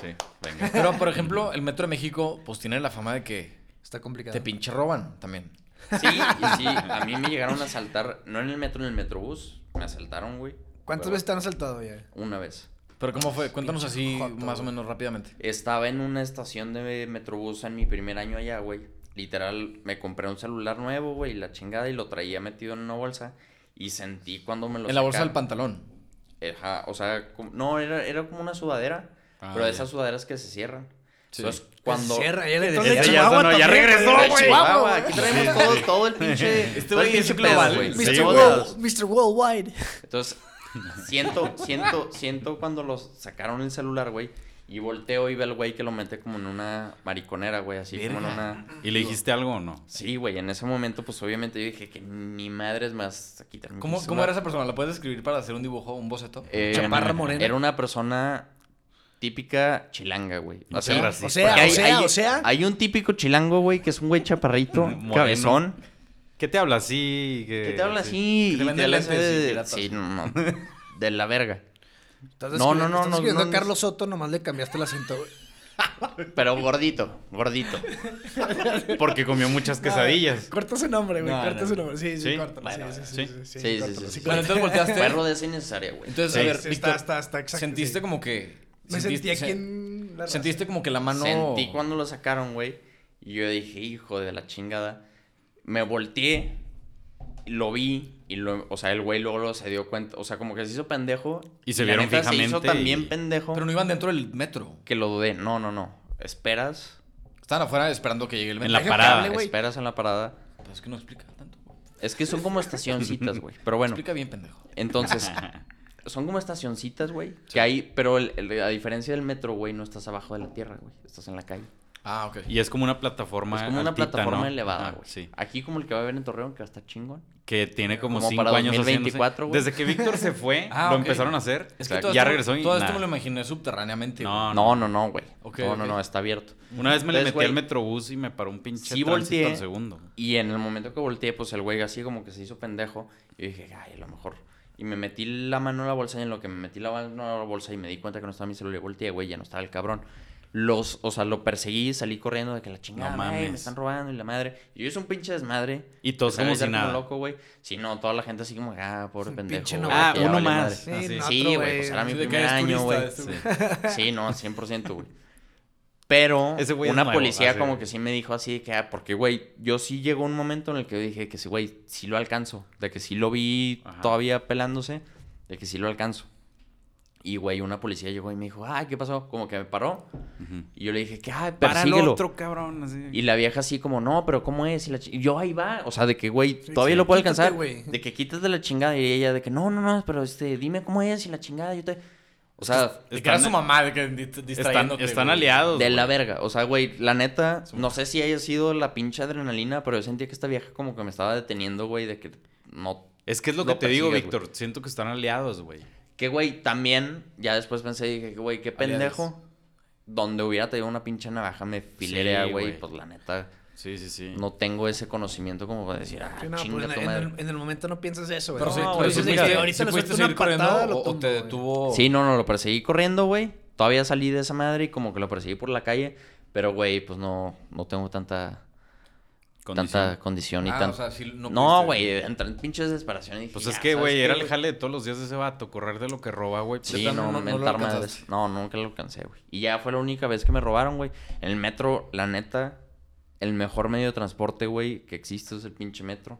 Speaker 2: Sí, venga.
Speaker 1: <laughs> Pero, por ejemplo, el metro de México, pues tiene la fama de que
Speaker 3: Está complicado.
Speaker 1: te pinche roban también.
Speaker 4: Sí, y sí. A mí me llegaron a asaltar, no en el metro, en el metrobús. Me asaltaron, güey.
Speaker 3: ¿Cuántas
Speaker 4: Pero
Speaker 3: veces te han asaltado ya?
Speaker 4: Una vez.
Speaker 1: Pero, ¿cómo fue? Cuéntanos
Speaker 3: Pinche
Speaker 1: así,
Speaker 3: joto,
Speaker 1: más o
Speaker 3: güey.
Speaker 1: menos rápidamente.
Speaker 4: Estaba en una estación de Metrobús en mi primer año allá, güey. Literal, me compré un celular nuevo, güey, la chingada, y lo traía metido en una bolsa. Y sentí cuando me lo
Speaker 1: En la bolsa del
Speaker 4: sacaron.
Speaker 1: pantalón.
Speaker 4: Ajá, o sea, como- no, era, era como una sudadera,
Speaker 2: Ah,
Speaker 4: pero de
Speaker 2: ya.
Speaker 4: esas sudaderas que se cierran.
Speaker 1: Sí.
Speaker 4: Entonces, cuando...
Speaker 3: Cierra, ya le "Ah,
Speaker 2: Ya- ya sonó, ya regresó,
Speaker 4: ¡No,
Speaker 2: güey!
Speaker 4: güey!
Speaker 3: Chihuahua,
Speaker 4: Chihuahua,
Speaker 3: güey.
Speaker 4: aquí traemos todo, todo el pinche...
Speaker 1: Este
Speaker 4: todo el
Speaker 1: güey es
Speaker 4: pinche
Speaker 1: global.
Speaker 4: pedo, güey.
Speaker 2: Mr.
Speaker 4: Sí,
Speaker 3: Mr.
Speaker 2: World,
Speaker 4: pedos.
Speaker 3: World, Mr. Worldwide.
Speaker 4: Entonces, siento, siento, siento cuando los sacaron el celular, güey, y volteo y veo al güey que lo mete como en una mariconera, güey, así como en una...
Speaker 2: ¿Y le dijiste algo o no?
Speaker 4: Sí, güey, en ese momento, pues obviamente yo dije que ni madres más aquí también.
Speaker 1: ¿Cómo, cómo era esa persona? ¿La puedes describir para hacer un dibujo, un boceto?
Speaker 4: Eh,
Speaker 3: Chaparra morena.
Speaker 4: Em, Era una persona típica chilanga, güey.
Speaker 2: No
Speaker 4: Así,
Speaker 2: seas
Speaker 3: O
Speaker 2: racista.
Speaker 3: sea,
Speaker 4: Porque
Speaker 3: o sea, o sea.
Speaker 4: hay un típico chilango, güey, que es un güey chaparrito,
Speaker 2: Moreno.
Speaker 4: cabezón,
Speaker 2: ¿Qué te habla así? ¿Qué
Speaker 4: que te habla así
Speaker 1: Que te
Speaker 4: y
Speaker 1: vende
Speaker 4: te habla así
Speaker 1: lentes y
Speaker 4: de...
Speaker 1: piratas.
Speaker 4: Sí, no, no, de la verga.
Speaker 3: Entonces,
Speaker 4: No,
Speaker 3: escribi-
Speaker 4: no, no,
Speaker 3: estás
Speaker 4: no,
Speaker 3: escribiendo
Speaker 4: no,
Speaker 3: a
Speaker 4: no.
Speaker 3: Carlos Soto, nomás le cambiaste el acento. güey. <laughs>
Speaker 4: Pero gordito, gordito.
Speaker 2: Porque comió
Speaker 4: <laughs>
Speaker 2: muchas quesadillas.
Speaker 3: Corta su nombre, güey.
Speaker 1: No,
Speaker 3: corta
Speaker 1: no.
Speaker 3: su nombre. Sí, sí,
Speaker 2: Sí,
Speaker 3: corta.
Speaker 4: bueno,
Speaker 3: sí,
Speaker 2: sí.
Speaker 3: sí, sí, sí,
Speaker 4: Sí, sí,
Speaker 3: córtalo,
Speaker 4: sí, sí.
Speaker 1: Bueno,
Speaker 3: córtalo.
Speaker 1: entonces
Speaker 4: Fue
Speaker 1: volteaste.
Speaker 4: rodeza innecesaria,
Speaker 1: Este-
Speaker 4: güey.
Speaker 1: Entonces,
Speaker 2: Sí.
Speaker 1: a ver,
Speaker 3: Sí,
Speaker 1: Víctor,
Speaker 3: está- está- está exacto,
Speaker 1: sentiste
Speaker 3: sí.
Speaker 1: como que...
Speaker 3: Me
Speaker 1: sentiste-
Speaker 3: sentí aquí
Speaker 1: se- Ah,
Speaker 3: en la raza.
Speaker 1: Sentiste como que la mano...
Speaker 4: Sentí cuando lo sacaron, güey. Y yo dije, hijo de la chingada. Me volteé, lo vi. Y lo, o sea, el güey luego, luego se dio cuenta. O sea, como que se hizo pendejo.
Speaker 2: Y se
Speaker 4: la
Speaker 2: vieron
Speaker 4: neta Se hizo
Speaker 2: fijamente
Speaker 4: también
Speaker 2: y-
Speaker 4: pendejo
Speaker 1: Pero no iban dentro del metro.
Speaker 4: que lo dudé. No, no, no. Esperas.
Speaker 1: Estaban afuera esperando que llegue el metro.
Speaker 2: En la
Speaker 1: Deja-
Speaker 2: parada.
Speaker 3: güey.
Speaker 4: Esperas en la parada.
Speaker 1: Pues es que no explica tanto, güey.
Speaker 4: Es que son como estacioncitas, güey. Pero bueno.
Speaker 1: Explica bien, pendejo.
Speaker 2: <laughs>
Speaker 4: Entonces, son como estacioncitas, güey. Que hay, pero el- el- a diferencia del metro, güey, no estás abajo de la tierra, güey. Estás en la calle.
Speaker 1: Ah, ok.
Speaker 2: Y es como una plataforma.
Speaker 4: Es como una
Speaker 2: altita,
Speaker 4: plataforma
Speaker 2: ¿no?
Speaker 4: elevada,
Speaker 2: Ah,
Speaker 4: güey.
Speaker 2: sí.
Speaker 4: Aquí como el que va a haber en Torreón, que va a estar chingón.
Speaker 2: Que tiene como,
Speaker 4: Como
Speaker 2: cinco
Speaker 4: para
Speaker 2: años haciéndose.
Speaker 4: 2024, güey.
Speaker 2: Desde que Víctor se
Speaker 4: <laughs>
Speaker 2: fue,
Speaker 1: Ah,
Speaker 2: lo
Speaker 1: ok.
Speaker 2: empezaron a hacer.
Speaker 1: Es
Speaker 4: Exacto.
Speaker 1: que todo
Speaker 2: ya
Speaker 1: esto-
Speaker 2: regresó y
Speaker 1: Todo esto
Speaker 2: nada.
Speaker 1: me lo imaginé subterráneamente.
Speaker 2: Ah, No,
Speaker 1: güey.
Speaker 4: No, no, no, güey.
Speaker 1: Ok,
Speaker 4: no, no,
Speaker 1: ok.
Speaker 4: no, está abierto.
Speaker 2: Una vez me le
Speaker 4: Entonces,
Speaker 2: metí
Speaker 4: güey,
Speaker 2: al metrobús y me paró un pinche
Speaker 4: sí
Speaker 2: tránsito
Speaker 4: volteé.
Speaker 2: al segundo.
Speaker 4: Y en el momento que volteé, pues el güey así como que se hizo pendejo. Y dije, ay, a lo mejor. Y me metí la mano en la bolsa y en lo que me metí la mano en la bolsa y me di cuenta que no estaba mi celular y volteé, güey, ya no estaba el cabrón. Los, o sea, lo perseguí, salí corriendo de que la chingada,
Speaker 2: No
Speaker 4: güey,
Speaker 2: mames.
Speaker 4: me están robando y la madre. Y yo hice un pinche desmadre.
Speaker 2: Y todos
Speaker 4: Empecé a
Speaker 2: como
Speaker 4: gritar
Speaker 2: si nada.
Speaker 4: loco, güey. Sí, no, toda la gente así como, ah, pobre
Speaker 3: Un
Speaker 4: pendejo.
Speaker 3: pinche
Speaker 4: güey,
Speaker 3: novato.
Speaker 2: Ah,
Speaker 4: que ya
Speaker 2: uno
Speaker 4: vale
Speaker 2: más.
Speaker 4: madre".
Speaker 3: Sí,
Speaker 2: Ah, sí.
Speaker 3: no,
Speaker 4: Sí,
Speaker 3: otro,
Speaker 4: güey, pues era mi
Speaker 1: Sí, de que
Speaker 4: primer
Speaker 1: eres
Speaker 4: año,
Speaker 1: turista,
Speaker 4: güey.
Speaker 1: este,
Speaker 2: Sí.
Speaker 3: <laughs>
Speaker 4: Sí, no, 100%,
Speaker 2: <laughs>
Speaker 4: güey. Pero
Speaker 2: Ese güey es
Speaker 4: una
Speaker 2: nuevo,
Speaker 4: policía
Speaker 2: así,
Speaker 4: como
Speaker 2: güey.
Speaker 4: que sí me dijo así de que, ah, porque, güey, yo sí llegó un momento en el que dije que sí, güey, sí lo alcanzo. De que sí lo vi
Speaker 2: Ajá.
Speaker 4: todavía pelándose, de que sí lo alcanzo. Y, güey, una policía llegó y me dijo, ay, ¿qué pasó? Como que me paró.
Speaker 2: Ujú.
Speaker 4: Y yo le dije que, ay,
Speaker 2: Para el
Speaker 4: persíguelo.
Speaker 2: otro, cabrón. así.
Speaker 4: Y la vieja así como, no, pero ¿cómo es? Y, la chi- y yo ahí va, o sea, de que, güey,
Speaker 3: Sí,
Speaker 4: todavía
Speaker 3: sí,
Speaker 4: lo puedo
Speaker 3: quítate,
Speaker 4: alcanzar.
Speaker 3: güey.
Speaker 4: De que quítate la chingada. Y ella de que, no, no, no, pero este, dime cómo es y la chingada. Yo te... O sea,
Speaker 1: De que era su
Speaker 2: Están-
Speaker 1: mamá, de que dist-
Speaker 2: Están,
Speaker 1: distrayéndote.
Speaker 2: están
Speaker 1: güey.
Speaker 2: aliados.
Speaker 4: De
Speaker 2: güey.
Speaker 4: la verga. O sea, güey, la neta, no sé si haya sido la pinche adrenalina, pero yo sentía que esta vieja como que me estaba deteniendo, güey, de que no.
Speaker 2: Es que es lo que
Speaker 4: Lo
Speaker 2: te digo,
Speaker 4: persigas, güey.
Speaker 2: Víctor. Siento que están aliados, güey.
Speaker 4: Que, güey, también, ya después pensé, dije, que, güey, qué pendejo. Donde hubiera traído una pinche navaja me filerea,
Speaker 2: Sí,
Speaker 4: güey.
Speaker 2: güey.
Speaker 4: Pues la neta,
Speaker 2: Sí, sí, sí.
Speaker 4: no tengo ese conocimiento como para decir, ah,
Speaker 3: Sí, no,
Speaker 4: chinga
Speaker 3: pues, en,
Speaker 4: tu
Speaker 3: en
Speaker 4: madre.
Speaker 3: el, en el momento no piensas eso, güey.
Speaker 1: Pero
Speaker 3: No,
Speaker 1: sí,
Speaker 3: güey,
Speaker 1: pero
Speaker 3: dices
Speaker 1: sí
Speaker 3: de
Speaker 1: pudiste-
Speaker 3: que ahorita
Speaker 1: sí
Speaker 3: le
Speaker 1: pudiste
Speaker 3: suelto
Speaker 1: seguir
Speaker 3: una
Speaker 1: corriendo
Speaker 3: patada, lo
Speaker 1: o- o
Speaker 3: tumbo,
Speaker 1: te
Speaker 3: güey.
Speaker 1: detuvo.
Speaker 4: Sí, no, no, lo perseguí corriendo, güey. Todavía salí de esa madre y como que lo perseguí por la calle. Pero, güey, pues no, no tengo tanta, tanta condición y
Speaker 1: Ah,
Speaker 4: tan-
Speaker 1: o sea, sí, no
Speaker 4: No,
Speaker 1: pudiste.
Speaker 4: güey, entré en pinche desesperación y dije,
Speaker 2: Pues
Speaker 4: "Ya,
Speaker 2: es que,
Speaker 4: ¿sabes
Speaker 2: güey,
Speaker 4: qué,
Speaker 2: era el jale de todos los días de ese vato. Correr de lo que roba, güey.
Speaker 1: De
Speaker 4: Sí,
Speaker 1: plano
Speaker 4: no,
Speaker 1: no- no lo
Speaker 4: mentar madres.
Speaker 1: alcanzaste.
Speaker 4: No, nunca lo alcancé, güey. Y ya fue la única vez que me robaron, güey. En el metro, la neta, el mejor medio de transporte, güey, que existe es el pinche metro.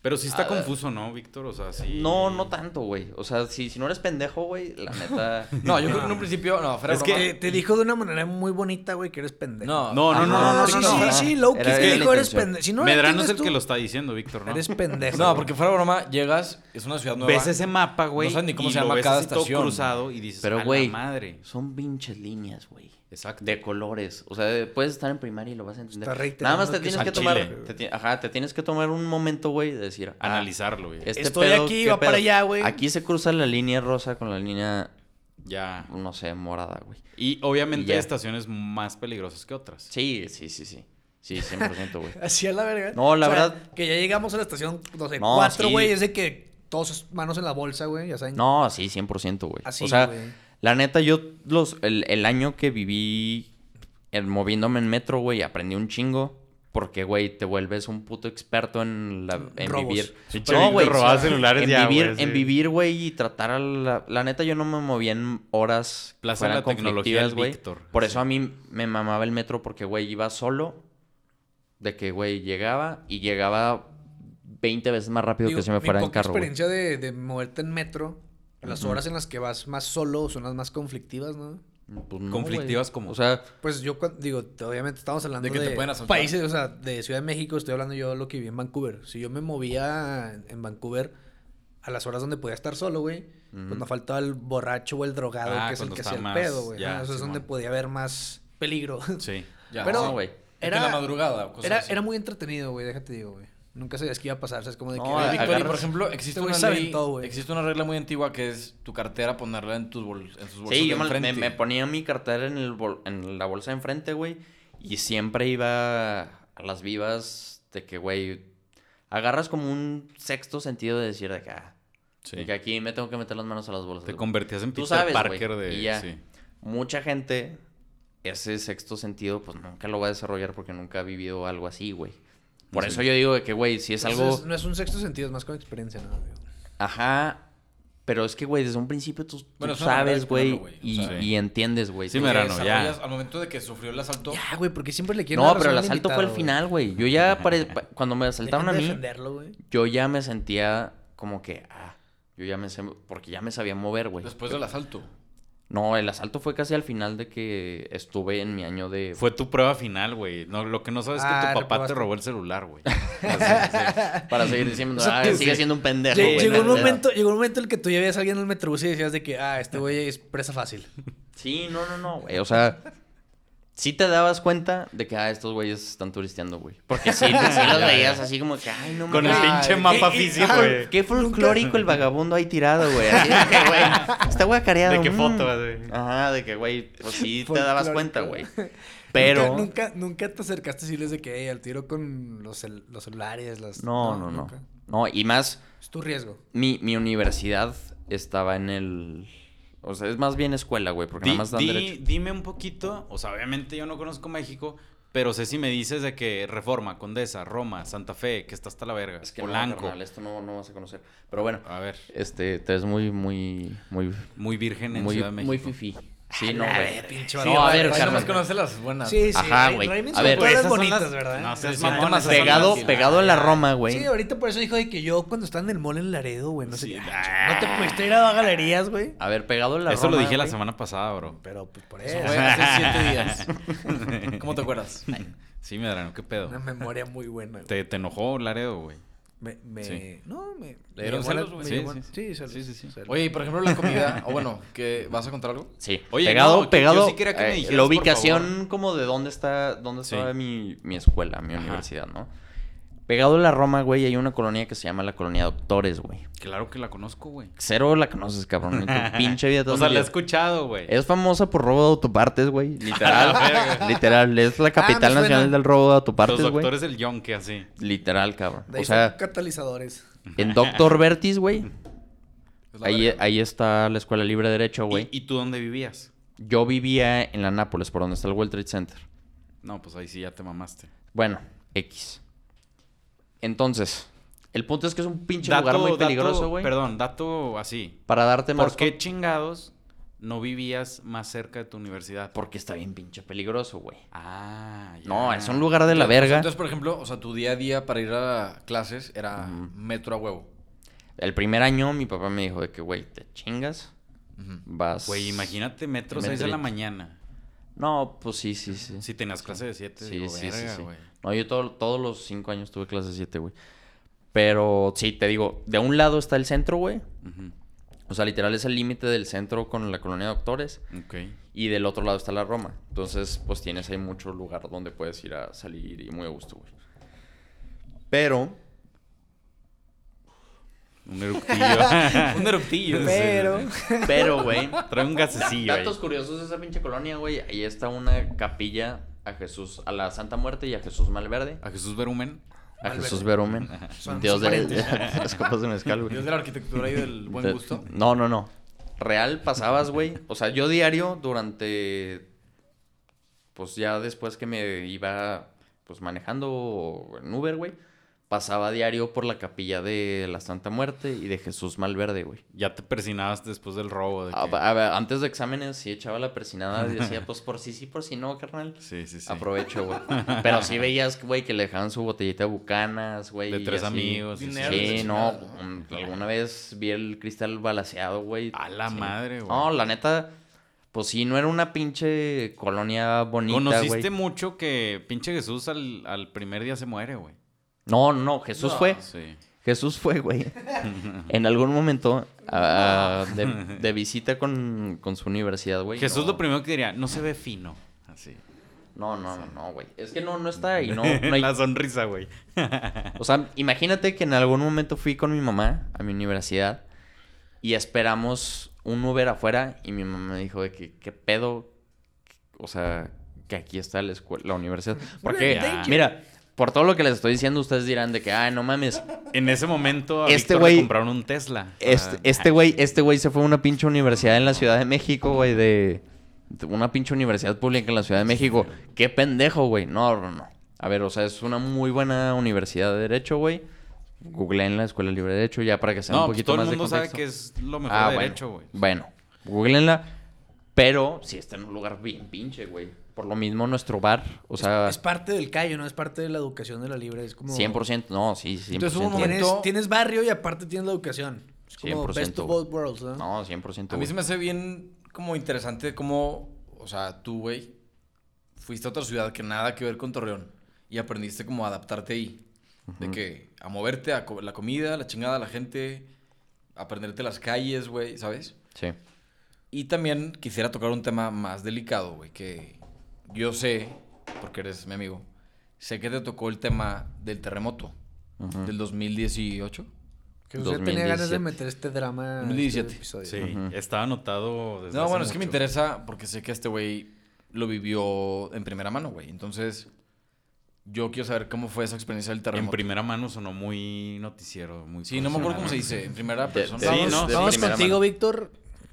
Speaker 2: Pero sí está
Speaker 4: A ver.
Speaker 2: confuso, ¿no, Víctor? O sea, sí.
Speaker 4: No, no tanto, güey. O sea, si, si no eres pendejo, güey, la
Speaker 2: <laughs>
Speaker 4: neta...
Speaker 1: No, yo creo que en un principio. No, fuera
Speaker 2: Es
Speaker 1: es
Speaker 3: Te,
Speaker 1: que.
Speaker 3: te dijo de una manera muy bonita, güey, que eres pendejo.
Speaker 1: No,
Speaker 2: No, no, no, no, no,
Speaker 3: sí,
Speaker 2: no,
Speaker 3: sí,
Speaker 2: no.
Speaker 3: sí, low key
Speaker 4: Era-
Speaker 3: te
Speaker 4: era la
Speaker 3: dijo, eres
Speaker 4: intención.
Speaker 3: pendejo. Si no la
Speaker 2: Medrano es el
Speaker 3: entiendes
Speaker 2: que
Speaker 3: tú,
Speaker 2: lo está diciendo, Víctor, ¿no?
Speaker 3: Eres pendejo.
Speaker 1: No,
Speaker 3: güey.
Speaker 1: porque fuera de broma, llegas, es una ciudad nueva.
Speaker 2: Ves ese mapa, güey.
Speaker 1: No sabes ni cómo
Speaker 2: y
Speaker 1: se
Speaker 2: lo
Speaker 1: llama
Speaker 2: ves
Speaker 1: cada
Speaker 2: así todo
Speaker 1: estación.
Speaker 2: cruzado y dices,
Speaker 4: Pero,
Speaker 2: "A la
Speaker 4: güey,
Speaker 2: madre.
Speaker 4: son pinches líneas, güey.
Speaker 2: Exacto.
Speaker 4: De colores. O sea, puedes estar en primaria y lo vas a entender.
Speaker 3: Está reiterando
Speaker 4: Nada más te
Speaker 3: que
Speaker 4: tienes
Speaker 2: es
Speaker 4: que
Speaker 2: al
Speaker 4: tomar...
Speaker 2: chile.
Speaker 4: te ti- ajá, te tienes que tomar un momento, güey, de decir... ah,
Speaker 2: Analizarlo, güey.
Speaker 4: este
Speaker 3: Estoy
Speaker 4: pedo,
Speaker 3: aquí,
Speaker 4: ¿qué
Speaker 3: va para
Speaker 4: pedo?
Speaker 3: allá, güey.
Speaker 4: Aquí se cruza la línea rosa con la línea,
Speaker 2: Ya.
Speaker 4: no sé, morada, güey.
Speaker 2: Y obviamente
Speaker 4: Y ya.
Speaker 2: hay estaciones más peligrosas que otras.
Speaker 4: Sí, sí, sí, sí. Sí, 100%, güey.
Speaker 3: Así es la verga.
Speaker 4: No, la verdad-
Speaker 3: Que ya llegamos a la estación, no sé,
Speaker 4: No,
Speaker 3: cuatro,
Speaker 4: sí.
Speaker 3: güey. Es de que todos sus manos en la bolsa, güey, ya saben.
Speaker 4: No, sí, 100%, güey.
Speaker 3: Así,
Speaker 4: o sea,
Speaker 3: Ah, güey.
Speaker 4: la neta, yo los, el, el año que viví en- moviéndome en metro, güey, aprendí un chingo. Porque, güey, te vuelves un puto experto en, la, en
Speaker 3: Robos.
Speaker 4: vivir.
Speaker 2: Pinche Víctor robaba celulares
Speaker 4: en
Speaker 2: ya,
Speaker 4: vivir,
Speaker 2: güey, sí.
Speaker 4: En vivir, güey, y tratar a la... La neta, yo no me movía en horas
Speaker 2: Plaza de
Speaker 4: fueran
Speaker 2: la tecnología
Speaker 4: conflictivas,
Speaker 2: del
Speaker 4: güey.
Speaker 2: Víctor,
Speaker 4: Por
Speaker 2: sí.
Speaker 4: eso a mí me mamaba el metro porque, güey, iba solo. De que, güey, llegaba y llegaba 20 veces más rápido
Speaker 3: Digo,
Speaker 4: que si me
Speaker 3: mi
Speaker 4: fuera en
Speaker 3: poca
Speaker 4: carro, güey.
Speaker 3: experiencia de, de moverte en metro, las horas en las que vas más solo son las más conflictivas, ¿no?
Speaker 4: Pues no,
Speaker 2: Conflictivas
Speaker 4: güey.
Speaker 2: como-
Speaker 4: O sea,
Speaker 3: Pues yo, cuan- digo, te- obviamente estamos hablando
Speaker 1: De
Speaker 3: de,
Speaker 1: que te pueden asaltar.
Speaker 3: países, o sea, de Ciudad de México, estoy hablando yo de lo que viví en Vancouver. Si yo me movía en- en Vancouver a las horas donde podía estar solo, güey, pues no faltaba el borracho o el drogado,
Speaker 2: Ah,
Speaker 3: que es el
Speaker 2: cuando
Speaker 3: que
Speaker 2: está
Speaker 3: hacía el
Speaker 2: más-
Speaker 3: pedo, güey.
Speaker 2: ya,
Speaker 3: Ah, Eso es
Speaker 2: Simón.
Speaker 3: donde podía haber más peligro.
Speaker 2: Sí.
Speaker 1: Ya.
Speaker 3: Pero-
Speaker 4: no, güey.
Speaker 1: Era.
Speaker 3: <laughs> Era-
Speaker 1: En la madrugada. pues, o cosas
Speaker 3: Era,
Speaker 1: así.
Speaker 3: era muy entretenido, güey, déjate digo, güey. Nunca sabías qué iba a pasar, ¿sabes? Como de
Speaker 4: No,
Speaker 3: que...
Speaker 4: a-
Speaker 1: Oye,
Speaker 3: "Ay,
Speaker 1: Victoria, por
Speaker 4: agarras-
Speaker 1: ejemplo, existe
Speaker 3: Este güey
Speaker 1: una,
Speaker 3: se
Speaker 1: ley-
Speaker 3: aventó, güey.
Speaker 1: existe una regla muy antigua que es tu cartera ponerla en tus, bol- en sus bolsas.
Speaker 4: Sí,
Speaker 1: de
Speaker 4: yo me, me-
Speaker 1: enfrente.
Speaker 4: me ponía mi cartera en, el bol- en la bolsa de enfrente, güey. Y siempre iba a las vivas de que, güey, agarras como un sexto sentido de decir de que, ah, de
Speaker 2: Sí.
Speaker 4: que aquí me tengo que meter las manos a las bolsas.
Speaker 2: Te
Speaker 4: güey.
Speaker 2: convertías en
Speaker 4: Tú
Speaker 2: Peter
Speaker 4: sabes,
Speaker 2: Parker
Speaker 4: güey,
Speaker 2: de...
Speaker 4: y ya.
Speaker 2: sí.
Speaker 4: Mucha gente, ese sexto sentido, pues nunca lo va a desarrollar porque nunca ha vivido algo así, güey. Por
Speaker 2: Sí.
Speaker 4: eso yo digo de que, güey, si es
Speaker 3: Entonces,
Speaker 4: algo...
Speaker 3: No es un sexto sentido, es más con experiencia, ¿no? güey?
Speaker 4: Ajá. Pero es que, güey, desde un principio tú, tú
Speaker 1: Bueno, es una manera de
Speaker 4: sabes, güey,
Speaker 1: explicarlo, güey,
Speaker 4: y,
Speaker 1: o sea,
Speaker 2: sí.
Speaker 4: y entiendes, güey.
Speaker 2: Sí,
Speaker 4: tú
Speaker 2: me
Speaker 1: Que
Speaker 2: Verano, ya.
Speaker 1: desarrollas Al momento de que sufrió el asalto.
Speaker 3: Ya, güey, porque siempre le quieren
Speaker 4: No,
Speaker 3: dar la
Speaker 4: pero el
Speaker 3: razón al
Speaker 4: asalto fue al
Speaker 3: invitado, güey.
Speaker 4: final, güey. Yo
Speaker 1: <laughs>
Speaker 4: ya, pare- pa- cuando me
Speaker 3: Dejen
Speaker 4: asaltaron a
Speaker 3: de
Speaker 4: mí,
Speaker 3: defenderlo, güey.
Speaker 4: yo ya me sentía como que, ah, yo ya me sé, porque ya me sabía mover, güey.
Speaker 1: Después del asalto.
Speaker 4: No, el asalto fue casi al final de que estuve en mi año de...
Speaker 3: <laughs>
Speaker 2: Fue tu prueba final, güey. No, lo que no sabes es
Speaker 3: Ah,
Speaker 2: que tu papá
Speaker 3: reprobaste.
Speaker 2: te robó el celular, güey. Así,
Speaker 4: Para seguir diciendo,
Speaker 3: O sea,
Speaker 4: ah,
Speaker 3: tú-
Speaker 4: sigue siendo un pendejo,
Speaker 3: Lle-
Speaker 4: güey.
Speaker 3: llegó, un
Speaker 4: la neta.
Speaker 3: momento, llegó un momento en el que tú ya veías a alguien en el metrobús y decías de que, ah, este güey es presa fácil.
Speaker 4: Sí, no, no, no, güey. O sea, sí te dabas cuenta de que, ah, estos güeyes están turisteando, güey.
Speaker 2: <laughs>
Speaker 4: Porque sí, sí los veías así como que, ay, no
Speaker 2: Con el
Speaker 4: mames.
Speaker 2: pinche
Speaker 1: ¿qué-
Speaker 2: mapa
Speaker 1: qué-
Speaker 2: físico,
Speaker 3: ah,
Speaker 2: güey.
Speaker 4: Qué folclórico el vagabundo ahí tirado, güey. Así de que, güey, Está
Speaker 2: <laughs>
Speaker 4: guacareado.
Speaker 2: ¿De qué
Speaker 4: mm.
Speaker 2: foto, güey?
Speaker 4: Ajá, de que, güey, pues sí te dabas
Speaker 3: Folclórico.
Speaker 4: cuenta,
Speaker 3: <laughs>
Speaker 4: güey.
Speaker 3: Nunca,
Speaker 4: Pero...
Speaker 3: nunca, nunca te acercaste a decirles de que "Ey, al tiro con los, cel- los celulares, las.
Speaker 4: No, no, no.
Speaker 3: nunca.
Speaker 4: No, y más,
Speaker 3: Es tu riesgo.
Speaker 4: mi, mi universidad estaba en el... O sea, es más bien escuela, güey, porque
Speaker 2: Di-
Speaker 4: nada más dan
Speaker 2: di-
Speaker 4: derecho.
Speaker 2: Dime un poquito, o sea, obviamente yo no conozco México, pero sé si me dices de que Reforma, Condesa, Roma, Santa Fe, que está hasta la verga,
Speaker 4: Es que no,
Speaker 2: Polanco.
Speaker 4: carnal, esto no, no vas a conocer. Pero bueno,
Speaker 2: a ver,
Speaker 4: este, te ves muy, muy, muy...
Speaker 2: muy virgen en
Speaker 4: Muy,
Speaker 2: Ciudad de México.
Speaker 4: muy fifí. Sí, no, güey.
Speaker 3: Pinche
Speaker 4: No, a
Speaker 3: vato.
Speaker 4: ver,
Speaker 1: Ay,
Speaker 4: Carmen.
Speaker 1: nomás conoce las buenas.
Speaker 3: Sí, sí.
Speaker 4: Ajá,
Speaker 3: Ray-
Speaker 4: güey.
Speaker 3: Raymond
Speaker 4: A
Speaker 3: son
Speaker 4: ver,
Speaker 3: todas
Speaker 2: esas son
Speaker 3: bonitas,
Speaker 2: las-
Speaker 3: ¿verdad?
Speaker 2: no, seas
Speaker 3: Sí,
Speaker 2: mamón,
Speaker 3: ahorita
Speaker 1: esas
Speaker 3: más-
Speaker 1: son las-
Speaker 4: Pegado,
Speaker 1: Sí,
Speaker 4: pegado en la Roma, güey.
Speaker 3: Sí, ahorita por eso dijo de que yo cuando estaba en el mall en Laredo, güey, no sé
Speaker 2: Sí.
Speaker 3: qué. No te pudiste ir a galerías, güey.
Speaker 4: A ver, pegado en la
Speaker 2: Eso
Speaker 4: Roma,
Speaker 2: lo dije la
Speaker 4: güey.
Speaker 2: semana pasada, bro.
Speaker 3: Pero pues por
Speaker 1: Eso
Speaker 3: eso. <laughs>
Speaker 1: fue
Speaker 4: <laughs>
Speaker 1: hace siete días. ¿Cómo te acuerdas?
Speaker 2: Sí, Medrano, qué pedo.
Speaker 3: Una memoria muy buena. güey.
Speaker 2: Te, te enojó Laredo, güey.
Speaker 3: Me, me...
Speaker 2: Sí.
Speaker 3: No, me...
Speaker 1: Le dieron
Speaker 3: me llevó la-
Speaker 1: celos, güey.
Speaker 3: me
Speaker 2: Sí,
Speaker 3: llevó-
Speaker 2: sí, sí.
Speaker 3: Sí, celos,
Speaker 2: Sí, sí, sí.
Speaker 3: celos.
Speaker 1: Oye, y por ejemplo, la comida. O bueno, ¿qué, ¿vas a contar algo?
Speaker 4: Sí.
Speaker 2: Oye,
Speaker 4: pegado,
Speaker 2: no, que-
Speaker 4: pegado.
Speaker 2: yo sí quería que me
Speaker 4: eh,
Speaker 2: dijeras,
Speaker 4: la
Speaker 2: por
Speaker 4: ubicación como de dónde está, dónde
Speaker 2: Sí.
Speaker 4: estaba mi, mi escuela, mi
Speaker 2: Ajá.
Speaker 4: universidad, ¿no? Pegado a la Roma, güey, hay una colonia que se llama la colonia Doctores, güey.
Speaker 2: Claro que la conozco, güey.
Speaker 4: Cero la conoces,
Speaker 2: <laughs>
Speaker 4: cabrón. en tu pinche vida. te
Speaker 2: O
Speaker 4: has
Speaker 2: sea, la he
Speaker 4: metido.
Speaker 2: escuchado, güey.
Speaker 4: Es famosa por robo de autopartes,
Speaker 2: <laughs>
Speaker 4: güey. Literal. literal. Es la
Speaker 3: Ah, me
Speaker 4: capital
Speaker 3: suena.
Speaker 4: nacional del robo de autopartes,
Speaker 2: Los
Speaker 4: güey.
Speaker 2: doctores del yonke, así.
Speaker 4: Literal, cabrón.
Speaker 3: De ahí
Speaker 4: O sea,
Speaker 3: son catalizadores.
Speaker 4: en
Speaker 2: <laughs>
Speaker 4: Doctor Vertis, güey.
Speaker 1: Es la
Speaker 4: Ahí,
Speaker 1: verga.
Speaker 4: ahí está la escuela libre de derecho, güey.
Speaker 2: ¿Y, y tú dónde vivías?
Speaker 4: Yo vivía en la Nápoles, por donde está el World Trade Center.
Speaker 2: No, pues ahí sí ya te mamaste.
Speaker 4: Bueno, X. Entonces, el punto es que es un pinche
Speaker 2: Dato-
Speaker 4: lugar muy
Speaker 2: dato-
Speaker 4: peligroso, güey.
Speaker 2: Perdón, dato así.
Speaker 4: Para darte más.
Speaker 2: ¿Por qué chingados no vivías más cerca de tu universidad?
Speaker 4: con- Porque está bien pinche peligroso, güey.
Speaker 2: Ah, ya.
Speaker 4: No, es un lugar de la verga.
Speaker 1: Entonces, por ejemplo, o sea, tu día a día para ir a clases era
Speaker 4: Ujú.
Speaker 1: metro a huevo.
Speaker 4: El primer año mi papá me dijo de que, güey, te chingas, vas...
Speaker 2: Güey, imagínate metro
Speaker 4: Me
Speaker 2: 6 de la
Speaker 4: entré.
Speaker 2: mañana.
Speaker 4: No, pues sí, sí, sí.
Speaker 2: Si tenías clase de 7,
Speaker 4: Sí,
Speaker 2: digo,
Speaker 4: sí, sí,
Speaker 2: verga,
Speaker 4: sí.
Speaker 2: güey.
Speaker 4: No, yo todo- todos los cinco años tuve clase 7, güey. Pero sí, te digo, de un lado está el centro, güey.
Speaker 2: Ujú.
Speaker 4: O sea, literal es el límite del centro con la colonia de doctores.
Speaker 2: Ok.
Speaker 4: Y del otro lado está la Roma. Entonces, pues tienes ahí mucho lugar donde puedes ir a salir y muy a gusto, güey. Pero,
Speaker 2: Un
Speaker 4: <laughs>
Speaker 2: eructillo.
Speaker 1: Un eruptillo.
Speaker 3: Pero...
Speaker 4: pero,
Speaker 2: <laughs>
Speaker 4: güey.
Speaker 2: Trae un gasecillo ahí.
Speaker 4: datos curiosos de esa pinche colonia, güey. Ahí está una capilla a Jesús, a la Santa Muerte y a Jesús Malverde.
Speaker 2: A Jesús Berumen.
Speaker 4: A
Speaker 3: Malverde.
Speaker 4: Jesús Verumen.
Speaker 3: Son
Speaker 4: Dios de,
Speaker 3: parientes.
Speaker 4: <laughs> las copas de mezcal, güey. <laughs>
Speaker 1: Dios de la arquitectura y del buen
Speaker 4: Te-
Speaker 1: gusto.
Speaker 4: No, no, no. Real pasabas, güey. O sea, yo diario durante. Pues ya después que me iba pues manejando en Uber, güey. Pasaba diario por la capilla de la Santa Muerte y de Jesús Malverde, güey.
Speaker 2: Ya te persinabas después del robo. De
Speaker 4: A-
Speaker 2: que-
Speaker 4: a ver, antes de exámenes sí echaba la persinada
Speaker 2: <laughs>
Speaker 4: y decía, pues por sí, sí, por sí no, carnal.
Speaker 2: Sí, sí, sí.
Speaker 4: Aprovecho, güey. Pero sí veías, güey, que le dejaban su botellita de bucanas, güey.
Speaker 2: De
Speaker 4: y
Speaker 2: tres
Speaker 4: así.
Speaker 2: amigos. sí, sí,
Speaker 1: Dinero,
Speaker 2: sí.
Speaker 1: de
Speaker 4: Sí, no.
Speaker 1: chingada, ¿no?
Speaker 4: mm, Alguna vez vi el cristal balaseado, güey.
Speaker 2: A la
Speaker 4: Sí.
Speaker 2: madre, güey.
Speaker 4: No, la neta, pues sí, no era una pinche colonia bonita, güey.
Speaker 2: Conociste mucho que pinche Jesús al, al primer día se muere, güey.
Speaker 4: No, no, Jesús
Speaker 1: No.
Speaker 4: fue.
Speaker 2: Sí.
Speaker 4: <laughs> Jesús fue, güey. en algún momento a- de, de visita con, con su universidad, güey.
Speaker 2: Jesús
Speaker 4: no.
Speaker 2: lo primero que diría, no se ve fino. Así.
Speaker 4: No, no, no, no, güey. Es que no, no está
Speaker 2: <laughs>
Speaker 4: ahí, no, no hay-
Speaker 2: La sonrisa, güey.
Speaker 4: O sea, imagínate que en algún momento fui con mi mamá a mi universidad y esperamos un Uber afuera y mi mamá me dijo de que, ¿qué pedo? O sea, que aquí está la escuela, la universidad. Porque,
Speaker 2: thank you.
Speaker 4: mira, por todo lo que les estoy diciendo, ustedes dirán de que, ay, no mames,
Speaker 2: En ese momento a
Speaker 4: Este
Speaker 2: Víctor
Speaker 4: güey-
Speaker 2: le compraron un Tesla. Ah,
Speaker 4: este, este güey, este güey se fue a una pinche universidad en la Ciudad de México, güey, de, de una pinche universidad pública en la Ciudad de México. Qué pendejo, güey. No, no, no. A ver, o sea, es una muy buena universidad de derecho, güey. Googleé en la Escuela Libre de Derecho ya para que sea
Speaker 2: no,
Speaker 4: un
Speaker 2: pues,
Speaker 4: poquito
Speaker 2: todo el
Speaker 4: más de
Speaker 2: mundo sabe
Speaker 4: contexto. Ah,
Speaker 2: que es lo mejor de
Speaker 4: bueno.
Speaker 2: derecho, güey.
Speaker 4: Bueno, googleenla. Pero sí está en un lugar bien pinche, güey. Por lo mismo nuestro bar, o sea,
Speaker 3: Es parte del callo, ¿no? Es parte de la educación de la libre. Es como...
Speaker 4: 100%, no, sí, 100%.
Speaker 1: Entonces, hubo un momento-
Speaker 3: Tienes, tienes barrio y aparte tienes la educación. Es como
Speaker 4: 100%,
Speaker 3: best of
Speaker 4: güey.
Speaker 3: both worlds, ¿no?
Speaker 4: No, 100%.
Speaker 1: A mí
Speaker 4: güey.
Speaker 1: se me hace bien como interesante cómo, o sea, tú, güey, fuiste a otra ciudad que nada que ver con Torreón y aprendiste como a adaptarte ahí. De que a moverte, a co- la comida, la chingada, la gente, aprenderte las calles, güey, ¿sabes?
Speaker 4: Sí.
Speaker 1: Y también quisiera tocar un tema más delicado, güey, que yo sé, porque eres mi amigo, sé que te tocó el tema del terremoto
Speaker 4: Ujú.
Speaker 1: del 2018.
Speaker 3: Que usted tenía
Speaker 4: 2017.
Speaker 3: ganas de meter este drama en este
Speaker 1: 2017.
Speaker 3: episodio.
Speaker 2: Sí, estaba anotado desde
Speaker 1: No,
Speaker 2: hace
Speaker 1: bueno, es que me
Speaker 2: mucho.
Speaker 1: interesa porque sé que este güey lo vivió en primera mano, güey. Entonces, yo quiero saber cómo fue esa experiencia del
Speaker 2: En
Speaker 1: terremoto.
Speaker 2: primera mano sonó muy noticiero, muy
Speaker 1: Sí, no me acuerdo cómo se
Speaker 2: profesional.
Speaker 1: dice. En primera persona.
Speaker 4: de-
Speaker 2: Pues, Sí,
Speaker 1: Vamos-
Speaker 2: no,
Speaker 1: de-
Speaker 3: Vamos
Speaker 4: primera
Speaker 3: contigo,
Speaker 4: mano.
Speaker 3: Víctor.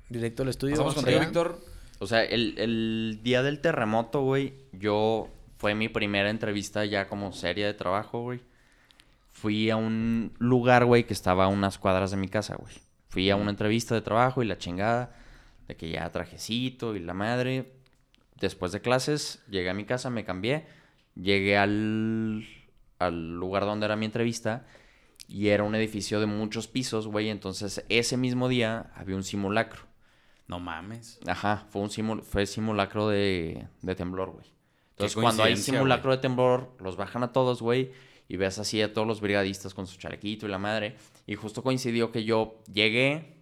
Speaker 3: Directo al estudio.
Speaker 1: Pasamos
Speaker 3: vamos
Speaker 1: contigo,
Speaker 3: allá.
Speaker 1: Víctor.
Speaker 4: O sea, el, el día del terremoto, güey, yo fue mi primera entrevista ya como seria de trabajo, güey. Fui a un lugar, güey, que estaba a unas cuadras de mi casa, güey. Fui a una entrevista de trabajo y la chingada, de que ya trajecito y la madre. Después de clases, llegué a mi casa, me cambié, llegué al, al lugar donde era mi entrevista y era un edificio de muchos pisos, güey. Entonces, ese mismo día había un simulacro.
Speaker 2: No mames.
Speaker 4: Ajá, fue un simul- fue simulacro de, de temblor, güey. Entonces,
Speaker 2: Qué
Speaker 4: cuando hay
Speaker 2: coincidencia,
Speaker 4: simulacro de temblor, los bajan a todos, güey, y ves así a todos los brigadistas con su chalequito y la madre. Y justo coincidió que yo llegué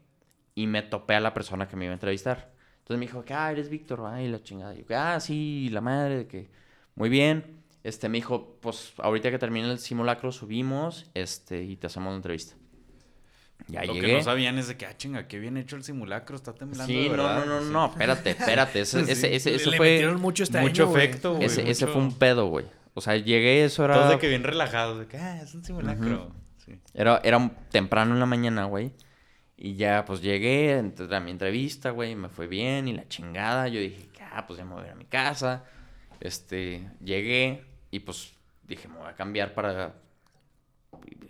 Speaker 4: y me topé a la persona que me iba a entrevistar. Entonces me dijo, que, ah, eres Víctor, ay, la chingada. Y yo, ah, sí, la madre, de que, muy bien. Este, me dijo, pues, ahorita que termine el simulacro, subimos, este, y te hacemos una entrevista. Ya
Speaker 2: Lo
Speaker 4: llegué.
Speaker 2: que no sabían es de que, ah, chinga, qué bien hecho el simulacro, está temblando.
Speaker 4: Sí,
Speaker 2: de
Speaker 4: no,
Speaker 2: verdad.
Speaker 4: no, no, no, espérate,
Speaker 2: <laughs>
Speaker 4: espérate. Ese, ese, ese, ese
Speaker 3: Le
Speaker 4: fue,
Speaker 3: metieron mucho este
Speaker 2: Mucho
Speaker 3: año, güey.
Speaker 2: efecto, güey.
Speaker 4: ese, ese
Speaker 2: mucho-
Speaker 4: fue un pedo, güey. O sea, llegué, eso
Speaker 2: Todos
Speaker 4: era,
Speaker 2: de que bien relajados, de que, ah, es un simulacro. Sí.
Speaker 4: era, era un- temprano en la mañana, güey. Y ya, pues llegué ent- a mi entrevista, güey, me fue bien y la chingada. Yo dije, ah, pues ya me voy a ir a mi casa. Este, llegué y pues dije, me voy a cambiar para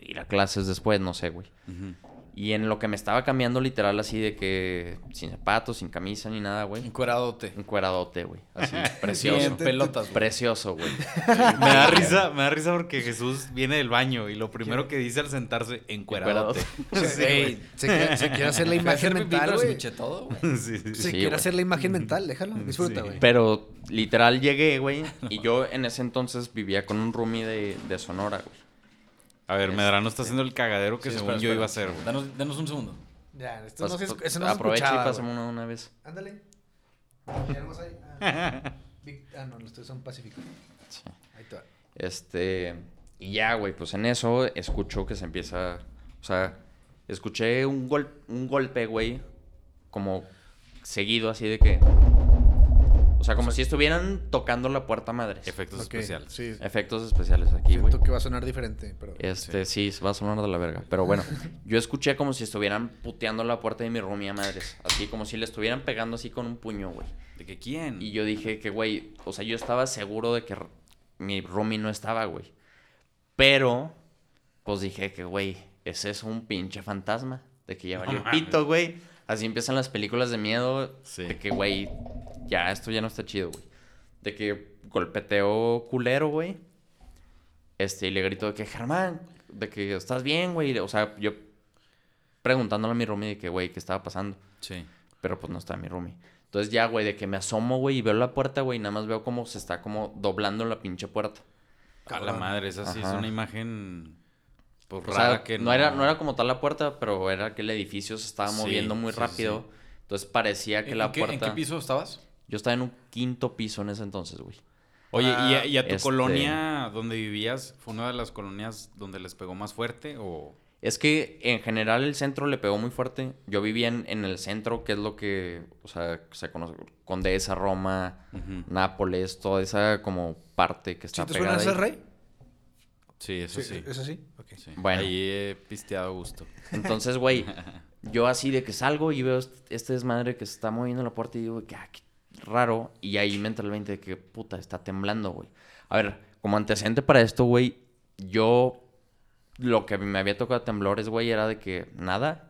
Speaker 4: ir a clases después, no sé, güey.
Speaker 2: Ujú.
Speaker 4: Y en lo que me estaba cambiando, literal, así de que sin zapatos, sin camisa ni nada, güey.
Speaker 1: Encueradote.
Speaker 4: Un cueradote, güey.
Speaker 3: <laughs>
Speaker 4: Así,
Speaker 1: Sí,
Speaker 4: precioso.
Speaker 1: en pelotas, güey.
Speaker 4: Precioso, güey.
Speaker 2: Me
Speaker 4: <laughs>
Speaker 2: da risa, me da risa porque Jesús viene del baño y lo primero que dice al sentarse, encueradote.
Speaker 3: Güey, se, quiere, se quiere hacer la imagen
Speaker 1: Hacer pipí,
Speaker 3: mental,
Speaker 1: pero se <laughs> me
Speaker 3: güey.
Speaker 1: eché todo, güey.
Speaker 2: <laughs> Sí, sí,
Speaker 3: Se
Speaker 4: Sí,
Speaker 3: quiere
Speaker 4: güey.
Speaker 3: hacer la imagen mental, déjalo. Disfruta, güey.
Speaker 4: Pero literal llegué, güey. Y yo en ese entonces vivía con un roomie de, de Sonora, güey.
Speaker 2: A ver, Medrano está haciendo el cagadero que
Speaker 1: Sí,
Speaker 2: según
Speaker 1: espera,
Speaker 2: yo
Speaker 1: espera.
Speaker 2: iba a hacer, güey.
Speaker 1: Danos, danos un segundo.
Speaker 3: Ya, esto no
Speaker 4: Pas-
Speaker 3: se,
Speaker 4: pas-
Speaker 3: esc- eso no se
Speaker 4: aprovecha
Speaker 3: escuchaba,
Speaker 4: pues, y pásame
Speaker 3: güey.
Speaker 4: una, una vez.
Speaker 3: Ándale.
Speaker 1: <laughs>
Speaker 3: Ya nomás ahí. Ah, Vic- ah, no, los tres son pacíficos.
Speaker 4: Sí.
Speaker 3: Ahí te va.
Speaker 4: Este. Y ya, güey, pues en eso escucho que se empieza. O sea, escuché un, gol, un golpe, güey. Como seguido, así de que. O sea, como si estuvieran tocando la puerta madre.
Speaker 2: Efectos
Speaker 3: Ok,
Speaker 2: especiales.
Speaker 3: Sí,
Speaker 4: Efectos especiales aquí, güey.
Speaker 3: siento que va a sonar diferente, pero...
Speaker 4: Este, sí. va a sonar de la verga. Pero bueno, yo escuché como si estuvieran puteando la puerta de mi roomie a madres. Así como si le estuvieran pegando así con un puño, güey.
Speaker 2: ¿De que quién?
Speaker 4: Y yo dije que, güey, o sea, yo estaba seguro de que r- mi roomie no estaba, güey. Pero, pues dije que, güey, ese es un pinche fantasma. De que ya valió
Speaker 2: mames.
Speaker 4: pito, güey. Así empiezan las películas de miedo.
Speaker 2: Sí.
Speaker 4: De que, güey, ya, esto ya no está chido, güey. De que golpeteo culero, güey. Este, y le grito de que, Germán, de que estás bien, güey. O sea, yo preguntándole a mi roomie de que, güey, ¿qué estaba pasando?
Speaker 2: Sí.
Speaker 4: Pero pues no está mi roomie. Entonces ya, güey, de que me asomo, güey, y veo la puerta, güey, y nada más veo cómo se está como doblando la pinche puerta.
Speaker 2: A la madre, esa sí es
Speaker 4: Ajá.
Speaker 2: una imagen pues,
Speaker 4: O
Speaker 2: rara
Speaker 4: sea,
Speaker 2: que
Speaker 4: no, era, no era como tal la puerta, pero era que el edificio se estaba
Speaker 2: Sí,
Speaker 4: moviendo muy
Speaker 2: sí, sí,
Speaker 4: rápido.
Speaker 2: sí.
Speaker 4: Entonces parecía que
Speaker 1: ¿En,
Speaker 4: la
Speaker 1: en qué, en
Speaker 4: puerta...
Speaker 1: qué piso estabas?
Speaker 4: Yo estaba en un quinto piso en ese entonces, güey.
Speaker 2: Oye, ¿y a, y a tu
Speaker 4: Este-
Speaker 2: colonia donde vivías fue una de las colonias donde les pegó más fuerte o...?
Speaker 4: Es que en general el centro le pegó muy fuerte. Yo vivía en, en el centro, que es lo que, o sea, se conoce, Condesa, Roma,
Speaker 2: Ujú.
Speaker 4: Nápoles, toda esa como parte que
Speaker 3: ¿Sí
Speaker 4: está
Speaker 3: te
Speaker 4: pegada
Speaker 3: suena ese
Speaker 4: ahí.
Speaker 3: rey?
Speaker 2: Sí, eso sí.
Speaker 3: ¿Es así? Ok.
Speaker 2: Sí.
Speaker 4: Bueno.
Speaker 2: Ahí he pisteado a gusto.
Speaker 4: Entonces, güey, yo así de que salgo y veo est- este desmadre que se está moviendo la puerta y digo, que ah, qué raro. Y ahí me entra el 20 de que, puta, está temblando, güey. A ver, como antecedente para esto, güey, yo lo que me había tocado temblores, güey, era de que nada.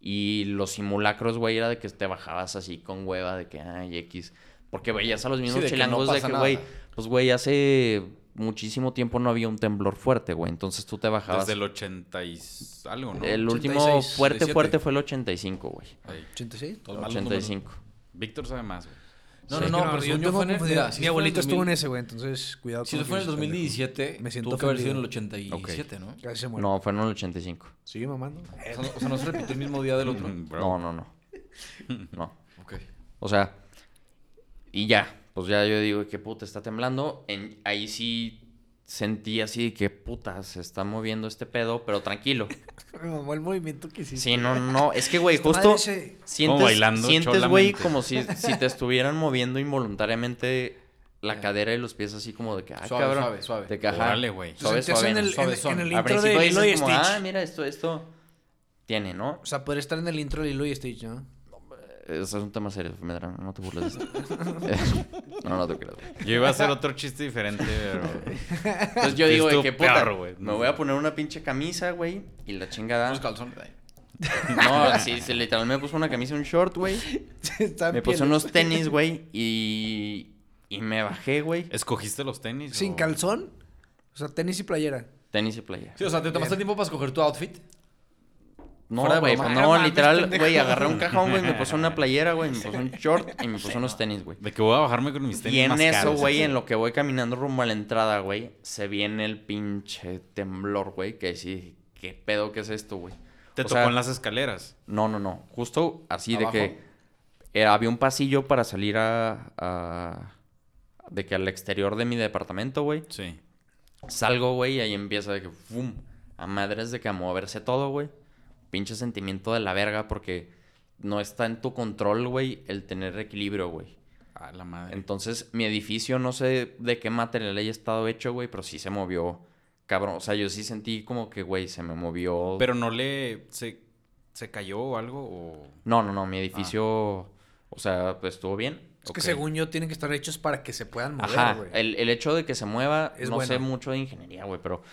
Speaker 4: Y los simulacros, güey, era de que te bajabas así con hueva, de que, ay, X. Porque veías a los mismos
Speaker 1: de que no
Speaker 4: chilangos de
Speaker 1: pasa
Speaker 4: que, güey,
Speaker 1: nada.
Speaker 4: pues, güey, hace muchísimo tiempo no había un temblor fuerte, güey. Entonces tú te bajabas.
Speaker 2: Desde el 80 y s- algo, ¿no?
Speaker 4: El
Speaker 1: 86,
Speaker 4: último fuerte,
Speaker 1: 87.
Speaker 4: fuerte fue el 85, güey.
Speaker 2: Ahí.
Speaker 3: ¿86?
Speaker 1: Todos malos números.
Speaker 4: 85.
Speaker 2: Víctor sabe más, güey.
Speaker 1: No, no,
Speaker 3: Sí, es
Speaker 1: no,
Speaker 3: que
Speaker 1: pero
Speaker 3: pues, yo
Speaker 1: según yo
Speaker 3: tengo
Speaker 1: fue en el-
Speaker 3: confundido.
Speaker 1: mira, si
Speaker 3: Mi
Speaker 1: fue en el
Speaker 3: abuelito estuvo en
Speaker 1: 2000
Speaker 3: ese, güey, entonces cuidado
Speaker 1: Si
Speaker 3: con
Speaker 1: eso
Speaker 3: lo
Speaker 1: fue en el
Speaker 3: que dices, pendejo.
Speaker 1: 2017,
Speaker 3: Me siento
Speaker 1: tuvo que haber sido en el
Speaker 3: ofendido.
Speaker 1: 87, ¿no?
Speaker 3: Casi se muere.
Speaker 4: No, fue en el 85.
Speaker 3: Sigue mamando.
Speaker 1: O sea, no- o sea, no se repitió el mismo día del otro.
Speaker 2: Mm, bro.
Speaker 4: No, no, no. No.
Speaker 1: Ok.
Speaker 4: O sea, y ya. pues ya yo digo, que puta, está temblando. En, ahí sí sentí así de que puta, se está moviendo este pedo, pero tranquilo.
Speaker 3: <laughs> Me mamó el movimiento que hiciste.
Speaker 4: Sí, no, no, es que, güey,
Speaker 3: Esta
Speaker 4: justo
Speaker 3: madre se-
Speaker 4: sientes,
Speaker 2: Como bailando
Speaker 4: sientes, güey,
Speaker 2: cholamente.
Speaker 4: como si, si te estuvieran moviendo involuntariamente la cadera y los pies así como de que, ah,
Speaker 1: Suave,
Speaker 4: cabrón.
Speaker 1: suave, suave.
Speaker 4: De que, ajá,
Speaker 2: Órale, güey.
Speaker 4: Suave,
Speaker 3: sentías
Speaker 4: suave.
Speaker 3: en el,
Speaker 1: suave,
Speaker 3: en-
Speaker 1: suave.
Speaker 3: en el
Speaker 4: Al
Speaker 3: intro de
Speaker 4: principio
Speaker 3: Lilo y
Speaker 4: dices
Speaker 3: Stitch.
Speaker 4: como, ah, mira, esto, esto tiene, ¿no?
Speaker 3: O sea, poder estar en el intro de Lilo y Stitch, ¿no? <laughs>
Speaker 4: Eso es un tema serio, Medrano, no te burles
Speaker 3: <laughs>
Speaker 4: de esto. <laughs> no, no te creo.
Speaker 2: Yo iba a hacer otro chiste diferente,
Speaker 4: <laughs>
Speaker 2: pero.
Speaker 4: Entonces Pues yo
Speaker 2: Sí,
Speaker 4: digo, de
Speaker 2: estuvo
Speaker 4: que puta,
Speaker 2: peor, güey.
Speaker 4: me voy a poner una pinche camisa, güey, y la chingada.
Speaker 1: Unos calzones. ay.
Speaker 4: <laughs> No, sí, sí, literal, me puse una camisa, un short, güey.
Speaker 3: Está
Speaker 4: Me
Speaker 3: Ah, bien.
Speaker 4: puse unos
Speaker 3: <laughs>
Speaker 4: tenis, güey, y... Y me bajé, güey.
Speaker 2: ¿Escogiste los tenis?
Speaker 3: ¿Sin
Speaker 2: o-
Speaker 3: calzón? O sea, tenis y playera.
Speaker 4: Tenis y playa.
Speaker 1: Sí, o sea, ¿te tomaste tiempo para escoger tu outfit?
Speaker 4: No,
Speaker 1: Fuera de
Speaker 4: güey,
Speaker 1: broma.
Speaker 4: pues
Speaker 1: Ah,
Speaker 4: no,
Speaker 1: mames,
Speaker 4: literal,
Speaker 1: pendejo.
Speaker 4: güey, agarré un cajón, güey, me
Speaker 1: <laughs>
Speaker 4: puse una playera, güey, me puse un short y me puse unos tenis, güey.
Speaker 2: De que voy a bajarme con mis tenis.
Speaker 4: Y en
Speaker 2: más
Speaker 4: eso,
Speaker 2: caros,
Speaker 4: güey,
Speaker 2: así.
Speaker 4: en lo que voy caminando rumbo a la entrada, güey, se viene el pinche temblor, güey, que sí, qué pedo que es esto, güey.
Speaker 2: Te
Speaker 4: o
Speaker 2: tocó
Speaker 4: sea-
Speaker 2: en las escaleras.
Speaker 4: No, no, no, justo así
Speaker 1: ¿Abajo?
Speaker 4: de que eh, había un pasillo para salir a, a- de que al exterior de mi departamento, güey.
Speaker 2: Sí.
Speaker 4: Salgo, güey, y ahí empieza de que, ¡fum! A madres de que a moverse todo, güey. Pinche sentimiento de la verga porque no está en tu control, güey, el tener equilibrio, güey.
Speaker 2: A la madre.
Speaker 4: Entonces, mi edificio, no sé de qué material haya estado hecho, güey, pero sí se movió. Cabrón, o sea, yo sí sentí como que, güey, se me movió.
Speaker 2: Pero no le. Se, se cayó o algo. O...
Speaker 4: No, no, no, mi edificio, o sea, pues estuvo bien.
Speaker 3: Es
Speaker 2: Ok.
Speaker 3: que según yo tienen que estar hechos para que se puedan mover,
Speaker 4: Ajá,
Speaker 3: güey.
Speaker 4: el, el hecho de que se mueva,
Speaker 3: Es
Speaker 4: no sé
Speaker 3: bueno.
Speaker 4: mucho de ingeniería, güey, pero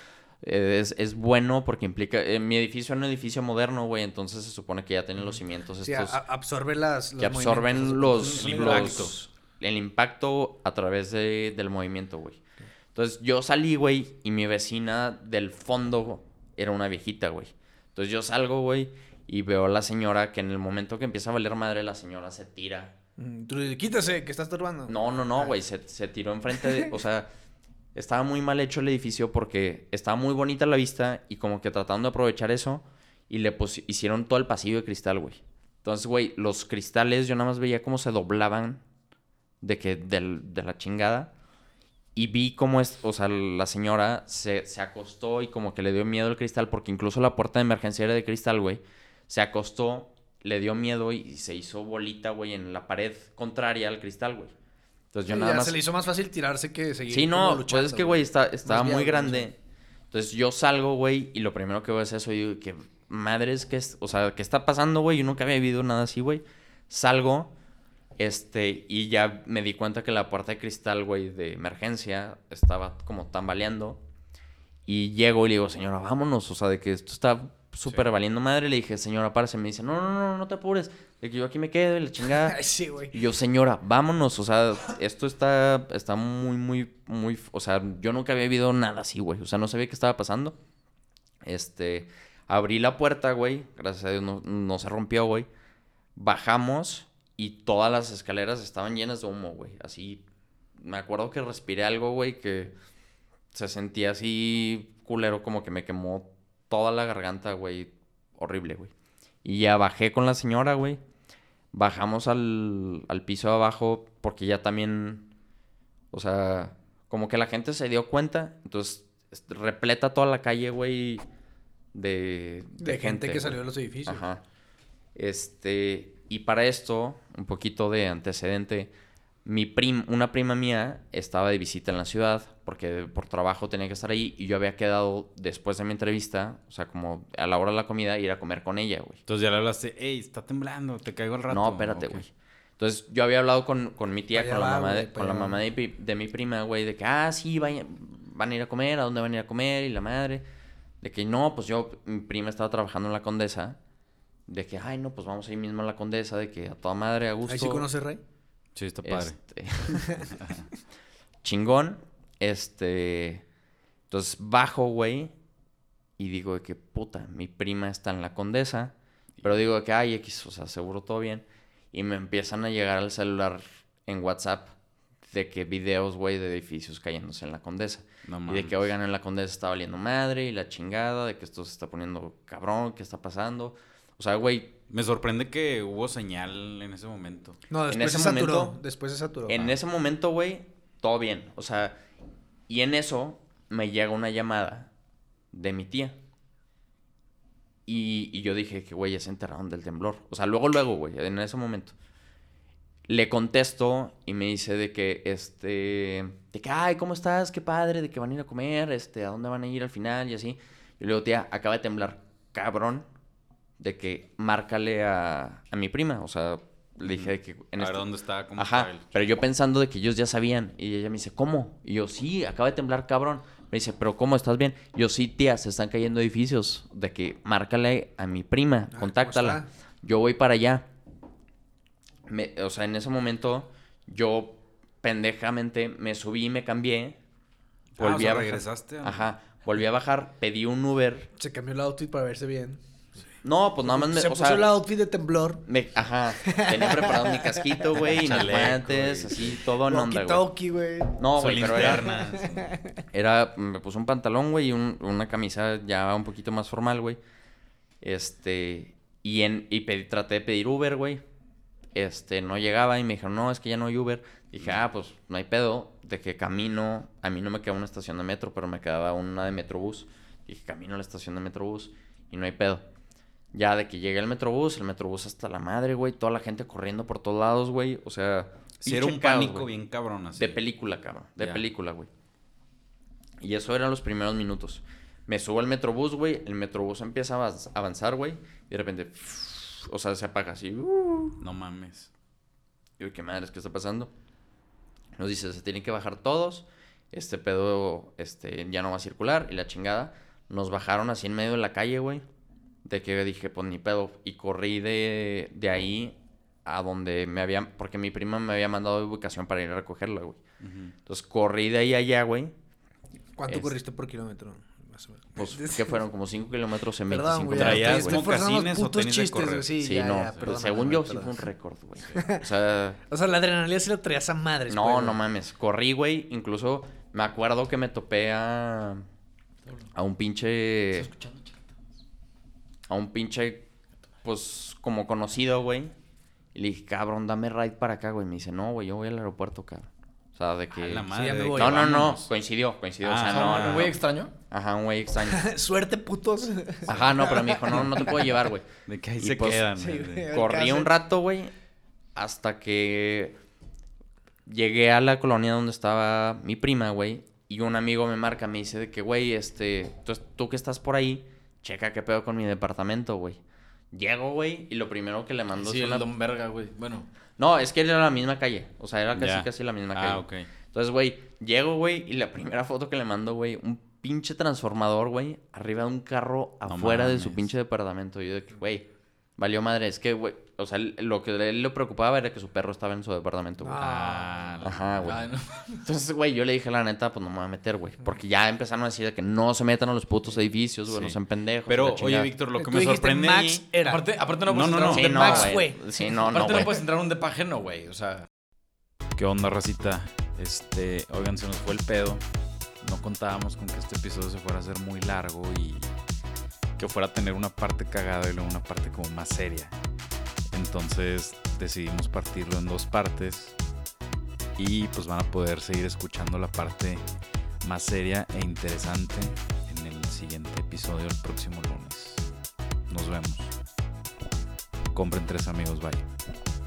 Speaker 4: eh, es, es bueno porque implica... eh, mi edificio es un edificio moderno, güey, entonces se supone que ya tienen los cimientos
Speaker 3: Sí, a-
Speaker 4: estos
Speaker 3: a- absorbe las... los
Speaker 4: que absorben
Speaker 3: movimientos.
Speaker 4: los,
Speaker 1: el
Speaker 4: los-
Speaker 2: impacto.
Speaker 4: El impacto a través de- del movimiento, güey. Entonces yo salí, güey, y mi vecina del fondo era una viejita, güey. Entonces yo salgo, güey, y veo a la señora que en el momento que empieza a valer madre, la señora se tira.
Speaker 3: Mm, Tú dices, quítase, que estás turbando.
Speaker 4: No, no, no, güey. Se, se tiró enfrente de. O sea, estaba muy mal hecho el edificio porque estaba muy bonita la vista y como que tratando de aprovechar eso y le pus- hicieron todo el pasillo de cristal, güey. Entonces, güey, los cristales yo nada más veía cómo se doblaban de que del- de la chingada. Y vi cómo es, o sea, la señora se, se acostó y como que le dio miedo el cristal, porque incluso la puerta de emergencia era de cristal, güey. Se acostó, le dio miedo y se hizo bolita, güey, en la pared contraria al cristal, güey. Entonces yo
Speaker 3: Sí,
Speaker 4: nada
Speaker 3: ya
Speaker 4: más...
Speaker 3: se le hizo más fácil tirarse que seguir
Speaker 4: Sí,
Speaker 3: como
Speaker 4: no, pues
Speaker 3: luchando,
Speaker 4: es que, güey, está, estaba
Speaker 3: Más
Speaker 4: muy
Speaker 3: viable,
Speaker 4: grande. Entonces yo salgo, güey, y lo primero que veo es eso. Y digo, que madres, que es, o sea, ¿qué está pasando, güey? Yo nunca había vivido nada así, güey. Salgo, este, y ya me di cuenta que la puerta de cristal, güey, de emergencia estaba como tambaleando. Y llego y le digo, señora, vámonos. O sea, de que esto está súper valiendo madre. Le dije, señora, párese. Me dice, no, no, no, no te apures. De que yo aquí me quedo y
Speaker 3: <laughs>
Speaker 4: la chingada.
Speaker 3: <laughs> Ay, sí, güey.
Speaker 4: Y yo, señora, vámonos. O sea, esto está, está muy, muy, muy. O sea, yo nunca había vivido nada así, güey. O sea, no sabía qué estaba pasando. Este. Abrí la puerta, güey. Gracias a Dios no, no se rompió, güey. Bajamos y todas las escaleras estaban llenas de humo, güey. Así. Me acuerdo que respiré algo, güey, que se sentía así culero, como que me quemó toda la garganta, güey. Horrible, güey. Y ya bajé con la señora, güey bajamos al, al piso de abajo porque ya también, o sea, como que la gente se dio cuenta, entonces es- repleta toda la calle, güey, de,
Speaker 3: De gente que
Speaker 4: güey.
Speaker 3: salió de los edificios.
Speaker 4: Ajá. Este, y para esto, un poquito de antecedente, mi prim, una prima mía estaba de visita en la ciudad porque por trabajo tenía que estar ahí y yo había quedado después de mi entrevista, o sea, como a la hora de la comida, ir a comer con ella, güey.
Speaker 2: Entonces ya le hablaste, hey, está temblando, te caigo al rato.
Speaker 4: No, espérate,
Speaker 2: Ok.
Speaker 4: güey. Entonces, yo había hablado con, con mi tía,
Speaker 3: Pa' allá
Speaker 4: con la
Speaker 3: va,
Speaker 4: mamá,
Speaker 3: güey,
Speaker 4: de,
Speaker 3: pa'
Speaker 4: con la
Speaker 3: allá va.
Speaker 4: mamá de, pi- de mi prima, güey, de que, ah, sí, vayan- van a ir a comer, ¿a dónde van a ir a comer? Y la madre. De que, no, pues yo, mi prima estaba trabajando en la condesa. De que, ay, no, pues vamos ahí mismo a la condesa, de que a toda madre, a gusto.
Speaker 3: Ahí sí conoce Rey.
Speaker 2: Sí, está padre.
Speaker 4: Este, <laughs> Chingón. Este. Entonces bajo, güey. Y digo de que puta, mi prima está en la condesa. Pero digo de que ay, X, o sea, seguro todo bien. Y me empiezan a llegar al celular en WhatsApp de que videos, güey, de edificios cayéndose en la condesa.
Speaker 2: No
Speaker 4: Y de que,
Speaker 2: mames.
Speaker 4: oigan, en la condesa está valiendo madre y la chingada, de que esto se está poniendo cabrón, ¿qué está pasando? O sea, güey,
Speaker 2: Me sorprende que hubo señal en ese momento.
Speaker 3: No,
Speaker 4: En
Speaker 3: después
Speaker 4: ese
Speaker 3: se saturó.
Speaker 4: momento-
Speaker 3: después se saturó.
Speaker 4: En
Speaker 3: Ah.
Speaker 4: ese momento, güey, todo bien. O sea, y en eso me llega una llamada de mi tía. Y, y yo dije que, güey, ya se enteraron del temblor. O sea, luego, luego, güey, en ese momento. Le contesto y me dice de que, este, de que, ay, ¿cómo estás? Qué padre, de que van a ir a comer, este, ¿a dónde van a ir al final? Y así. Yo le digo, tía, acaba de temblar, cabrón, de que márcale a, a mi prima. O sea, le dije de que...
Speaker 2: a ver
Speaker 4: este-
Speaker 2: dónde está, cómo
Speaker 4: Ajá,
Speaker 2: está él.
Speaker 4: pero yo pensando de que ellos ya sabían. Y ella me dice, ¿cómo? Y yo, sí, acaba de temblar, cabrón. Me dice, ¿pero cómo? ¿Estás bien? Yo, sí, tía, se están cayendo edificios. De que márcale a mi
Speaker 2: Ah,
Speaker 4: prima,
Speaker 3: ¿cómo
Speaker 4: contáctala.
Speaker 3: está?
Speaker 4: Yo voy para allá. Me- o sea, en ese momento, yo pendejamente me subí y me cambié.
Speaker 2: Ah, o
Speaker 4: Volví
Speaker 2: sea,
Speaker 4: a bajar.
Speaker 2: regresaste. a-
Speaker 4: Ajá, volví a bajar, pedí un Uber.
Speaker 3: Se cambió el outfit para verse bien.
Speaker 4: No, pues nada más me.
Speaker 3: se
Speaker 4: o
Speaker 3: puso
Speaker 4: sea,
Speaker 3: el outfit de temblor.
Speaker 4: me- ajá, tenía preparado mi casquito, güey, y
Speaker 2: <laughs>
Speaker 4: mis
Speaker 2: Chaleco,
Speaker 4: guantes,
Speaker 2: güey.
Speaker 4: así, todo en onda, güey.
Speaker 3: Walkie-talkie, güey.
Speaker 4: No,
Speaker 2: Su
Speaker 4: güey, pero era, <laughs>
Speaker 2: linterna, sí.
Speaker 4: era- Me puse un pantalón, güey, y un- una camisa ya un poquito más formal, güey. Este. Y, en, y pedí- traté de pedir Uber, güey. Este, no llegaba y me dijeron, no, es que ya no hay Uber. Dije, ah, pues no hay pedo. De que camino. A mí no me quedaba una estación de metro, pero me quedaba una de Metrobús. Dije, camino a la estación de Metrobús y no hay pedo. Ya de que llegué al Metrobús, el Metrobús hasta la madre, güey. Toda la gente corriendo por todos lados, güey. O sea.
Speaker 2: Sí, era
Speaker 4: pinche
Speaker 2: un
Speaker 4: caos,
Speaker 2: pánico
Speaker 4: güey.
Speaker 2: bien cabrón así.
Speaker 4: De película, cabrón. De
Speaker 2: Ya.
Speaker 4: película, güey. Y eso eran los primeros minutos. Me subo al metrobús, güey. El metrobús empieza a avanz- avanzar, güey. Y de repente, o sea, se apaga así.
Speaker 2: No mames.
Speaker 4: Y yo, qué madres, ¿qué está pasando? Nos dice, se tienen que bajar todos. Este pedo este, ya no va a circular. Y la chingada. Nos bajaron así en medio de la calle, güey. De que dije, pues ni pedo. Y corrí de, de ahí a donde me había... Porque mi prima me había mandado de ubicación para ir a recogerla, güey.
Speaker 2: Ujú.
Speaker 4: Entonces corrí de ahí a allá, güey.
Speaker 3: ¿Cuánto
Speaker 4: Es-
Speaker 3: corriste por kilómetro? Más o menos. <laughs>
Speaker 4: Pues, ¿qué fueron? Como 5 kilómetros en
Speaker 3: Perdón,
Speaker 4: 25
Speaker 3: güey.
Speaker 2: Traías
Speaker 3: estoy- estoy
Speaker 4: minutos, güey.
Speaker 2: como
Speaker 3: forzando los
Speaker 2: mocasines o
Speaker 3: putos
Speaker 2: tenis de
Speaker 3: chistes,
Speaker 2: correr.
Speaker 3: güey. Sí,
Speaker 4: Sí,
Speaker 3: ya,
Speaker 4: no.
Speaker 3: ya,
Speaker 4: pues,
Speaker 3: perdóname,
Speaker 4: según
Speaker 3: güey,
Speaker 4: yo, sí
Speaker 3: perdón.
Speaker 4: fue un récord, güey.
Speaker 3: <laughs>
Speaker 4: O sea,
Speaker 3: O sea, la adrenalina sí la traías a madres. pues,
Speaker 4: no,
Speaker 3: güey.
Speaker 4: no mames. Corrí, güey. Incluso me acuerdo que me topé a. A un pinche. A un pinche. Pues como conocido, güey. Y le dije, cabrón, dame ride para acá, güey. Me dice, no, güey, yo voy al aeropuerto, cabrón. O sea, de que.
Speaker 2: A la
Speaker 4: Sí,
Speaker 2: madre.
Speaker 3: ya me
Speaker 2: de
Speaker 3: voy.
Speaker 2: que
Speaker 4: No, no, no.
Speaker 2: vámonos.
Speaker 4: Coincidió, coincidió. o
Speaker 2: Ah,
Speaker 4: sea,
Speaker 2: no,
Speaker 4: no,
Speaker 2: no,
Speaker 1: ¿Un
Speaker 4: no.
Speaker 1: güey extraño?
Speaker 4: Ajá, un
Speaker 3: <laughs>
Speaker 4: güey extraño.
Speaker 3: Suerte, putos.
Speaker 4: Ajá, no, pero me dijo, no, no te puedo llevar, güey.
Speaker 2: De que ahí
Speaker 4: Y
Speaker 2: se
Speaker 4: pues,
Speaker 2: quedan.
Speaker 3: sí,
Speaker 2: de-
Speaker 3: güey.
Speaker 2: de-
Speaker 3: ver, ¿qué
Speaker 4: Corrí un
Speaker 3: hacen?
Speaker 4: rato, güey, hasta que llegué a la colonia donde estaba mi prima, güey, y un amigo me marca, me dice de que, güey, este, tú, tú que estás por ahí, checa qué pedo con mi departamento, güey. Llego, güey, y lo primero que le mando
Speaker 1: Sí,
Speaker 4: es
Speaker 1: el
Speaker 4: una...
Speaker 1: Don Verga, güey. Bueno,
Speaker 4: No, es que era la misma calle, o sea, era casi,
Speaker 2: Ya.
Speaker 4: casi la misma calle.
Speaker 2: Ah, ok.
Speaker 4: Entonces, güey, llego, güey, y la primera foto que le mando, güey, un pinche transformador, güey, arriba de un carro
Speaker 2: No
Speaker 4: afuera de su
Speaker 2: mames.
Speaker 4: pinche departamento. Y yo de que, güey, valió madre. Es que, güey, o sea, lo que a él le preocupaba era que su perro estaba en su departamento, güey.
Speaker 2: Ah, la-
Speaker 4: Ajá, güey.
Speaker 1: ay, no.
Speaker 4: Entonces, güey, yo le dije la neta, pues no me voy a meter, güey. Porque ya empezaron a decir de que no se metan a los putos edificios, güey,
Speaker 2: Sí.
Speaker 4: no sean pendejos.
Speaker 2: Pero,
Speaker 4: la
Speaker 2: oye,
Speaker 4: chingada.
Speaker 2: Víctor, lo que
Speaker 3: Tú
Speaker 2: me
Speaker 3: dijiste,
Speaker 2: sorprende.
Speaker 3: Max
Speaker 2: ahí-
Speaker 3: era.
Speaker 1: Aparte, aparte no
Speaker 2: No,
Speaker 1: puedes
Speaker 2: no,
Speaker 1: entrar a
Speaker 2: no.
Speaker 1: un
Speaker 4: Sí,
Speaker 1: depa
Speaker 4: no,
Speaker 1: ajeno,
Speaker 3: Max,
Speaker 4: güey.
Speaker 3: güey.
Speaker 4: Sí, no, no,
Speaker 1: Aparte no,
Speaker 4: güey.
Speaker 1: puedes entrar a un depa ajeno, güey. O sea,
Speaker 2: ¿Qué onda, racita? Este, oigan, se nos fue el pedo. No contábamos con que este episodio se fuera a hacer muy largo y que fuera a tener una parte cagada y luego una parte como más seria. Entonces decidimos partirlo en dos partes y pues van a poder seguir escuchando la parte más seria e interesante en el siguiente episodio el próximo lunes. Nos vemos. Compren tres amigos, bye.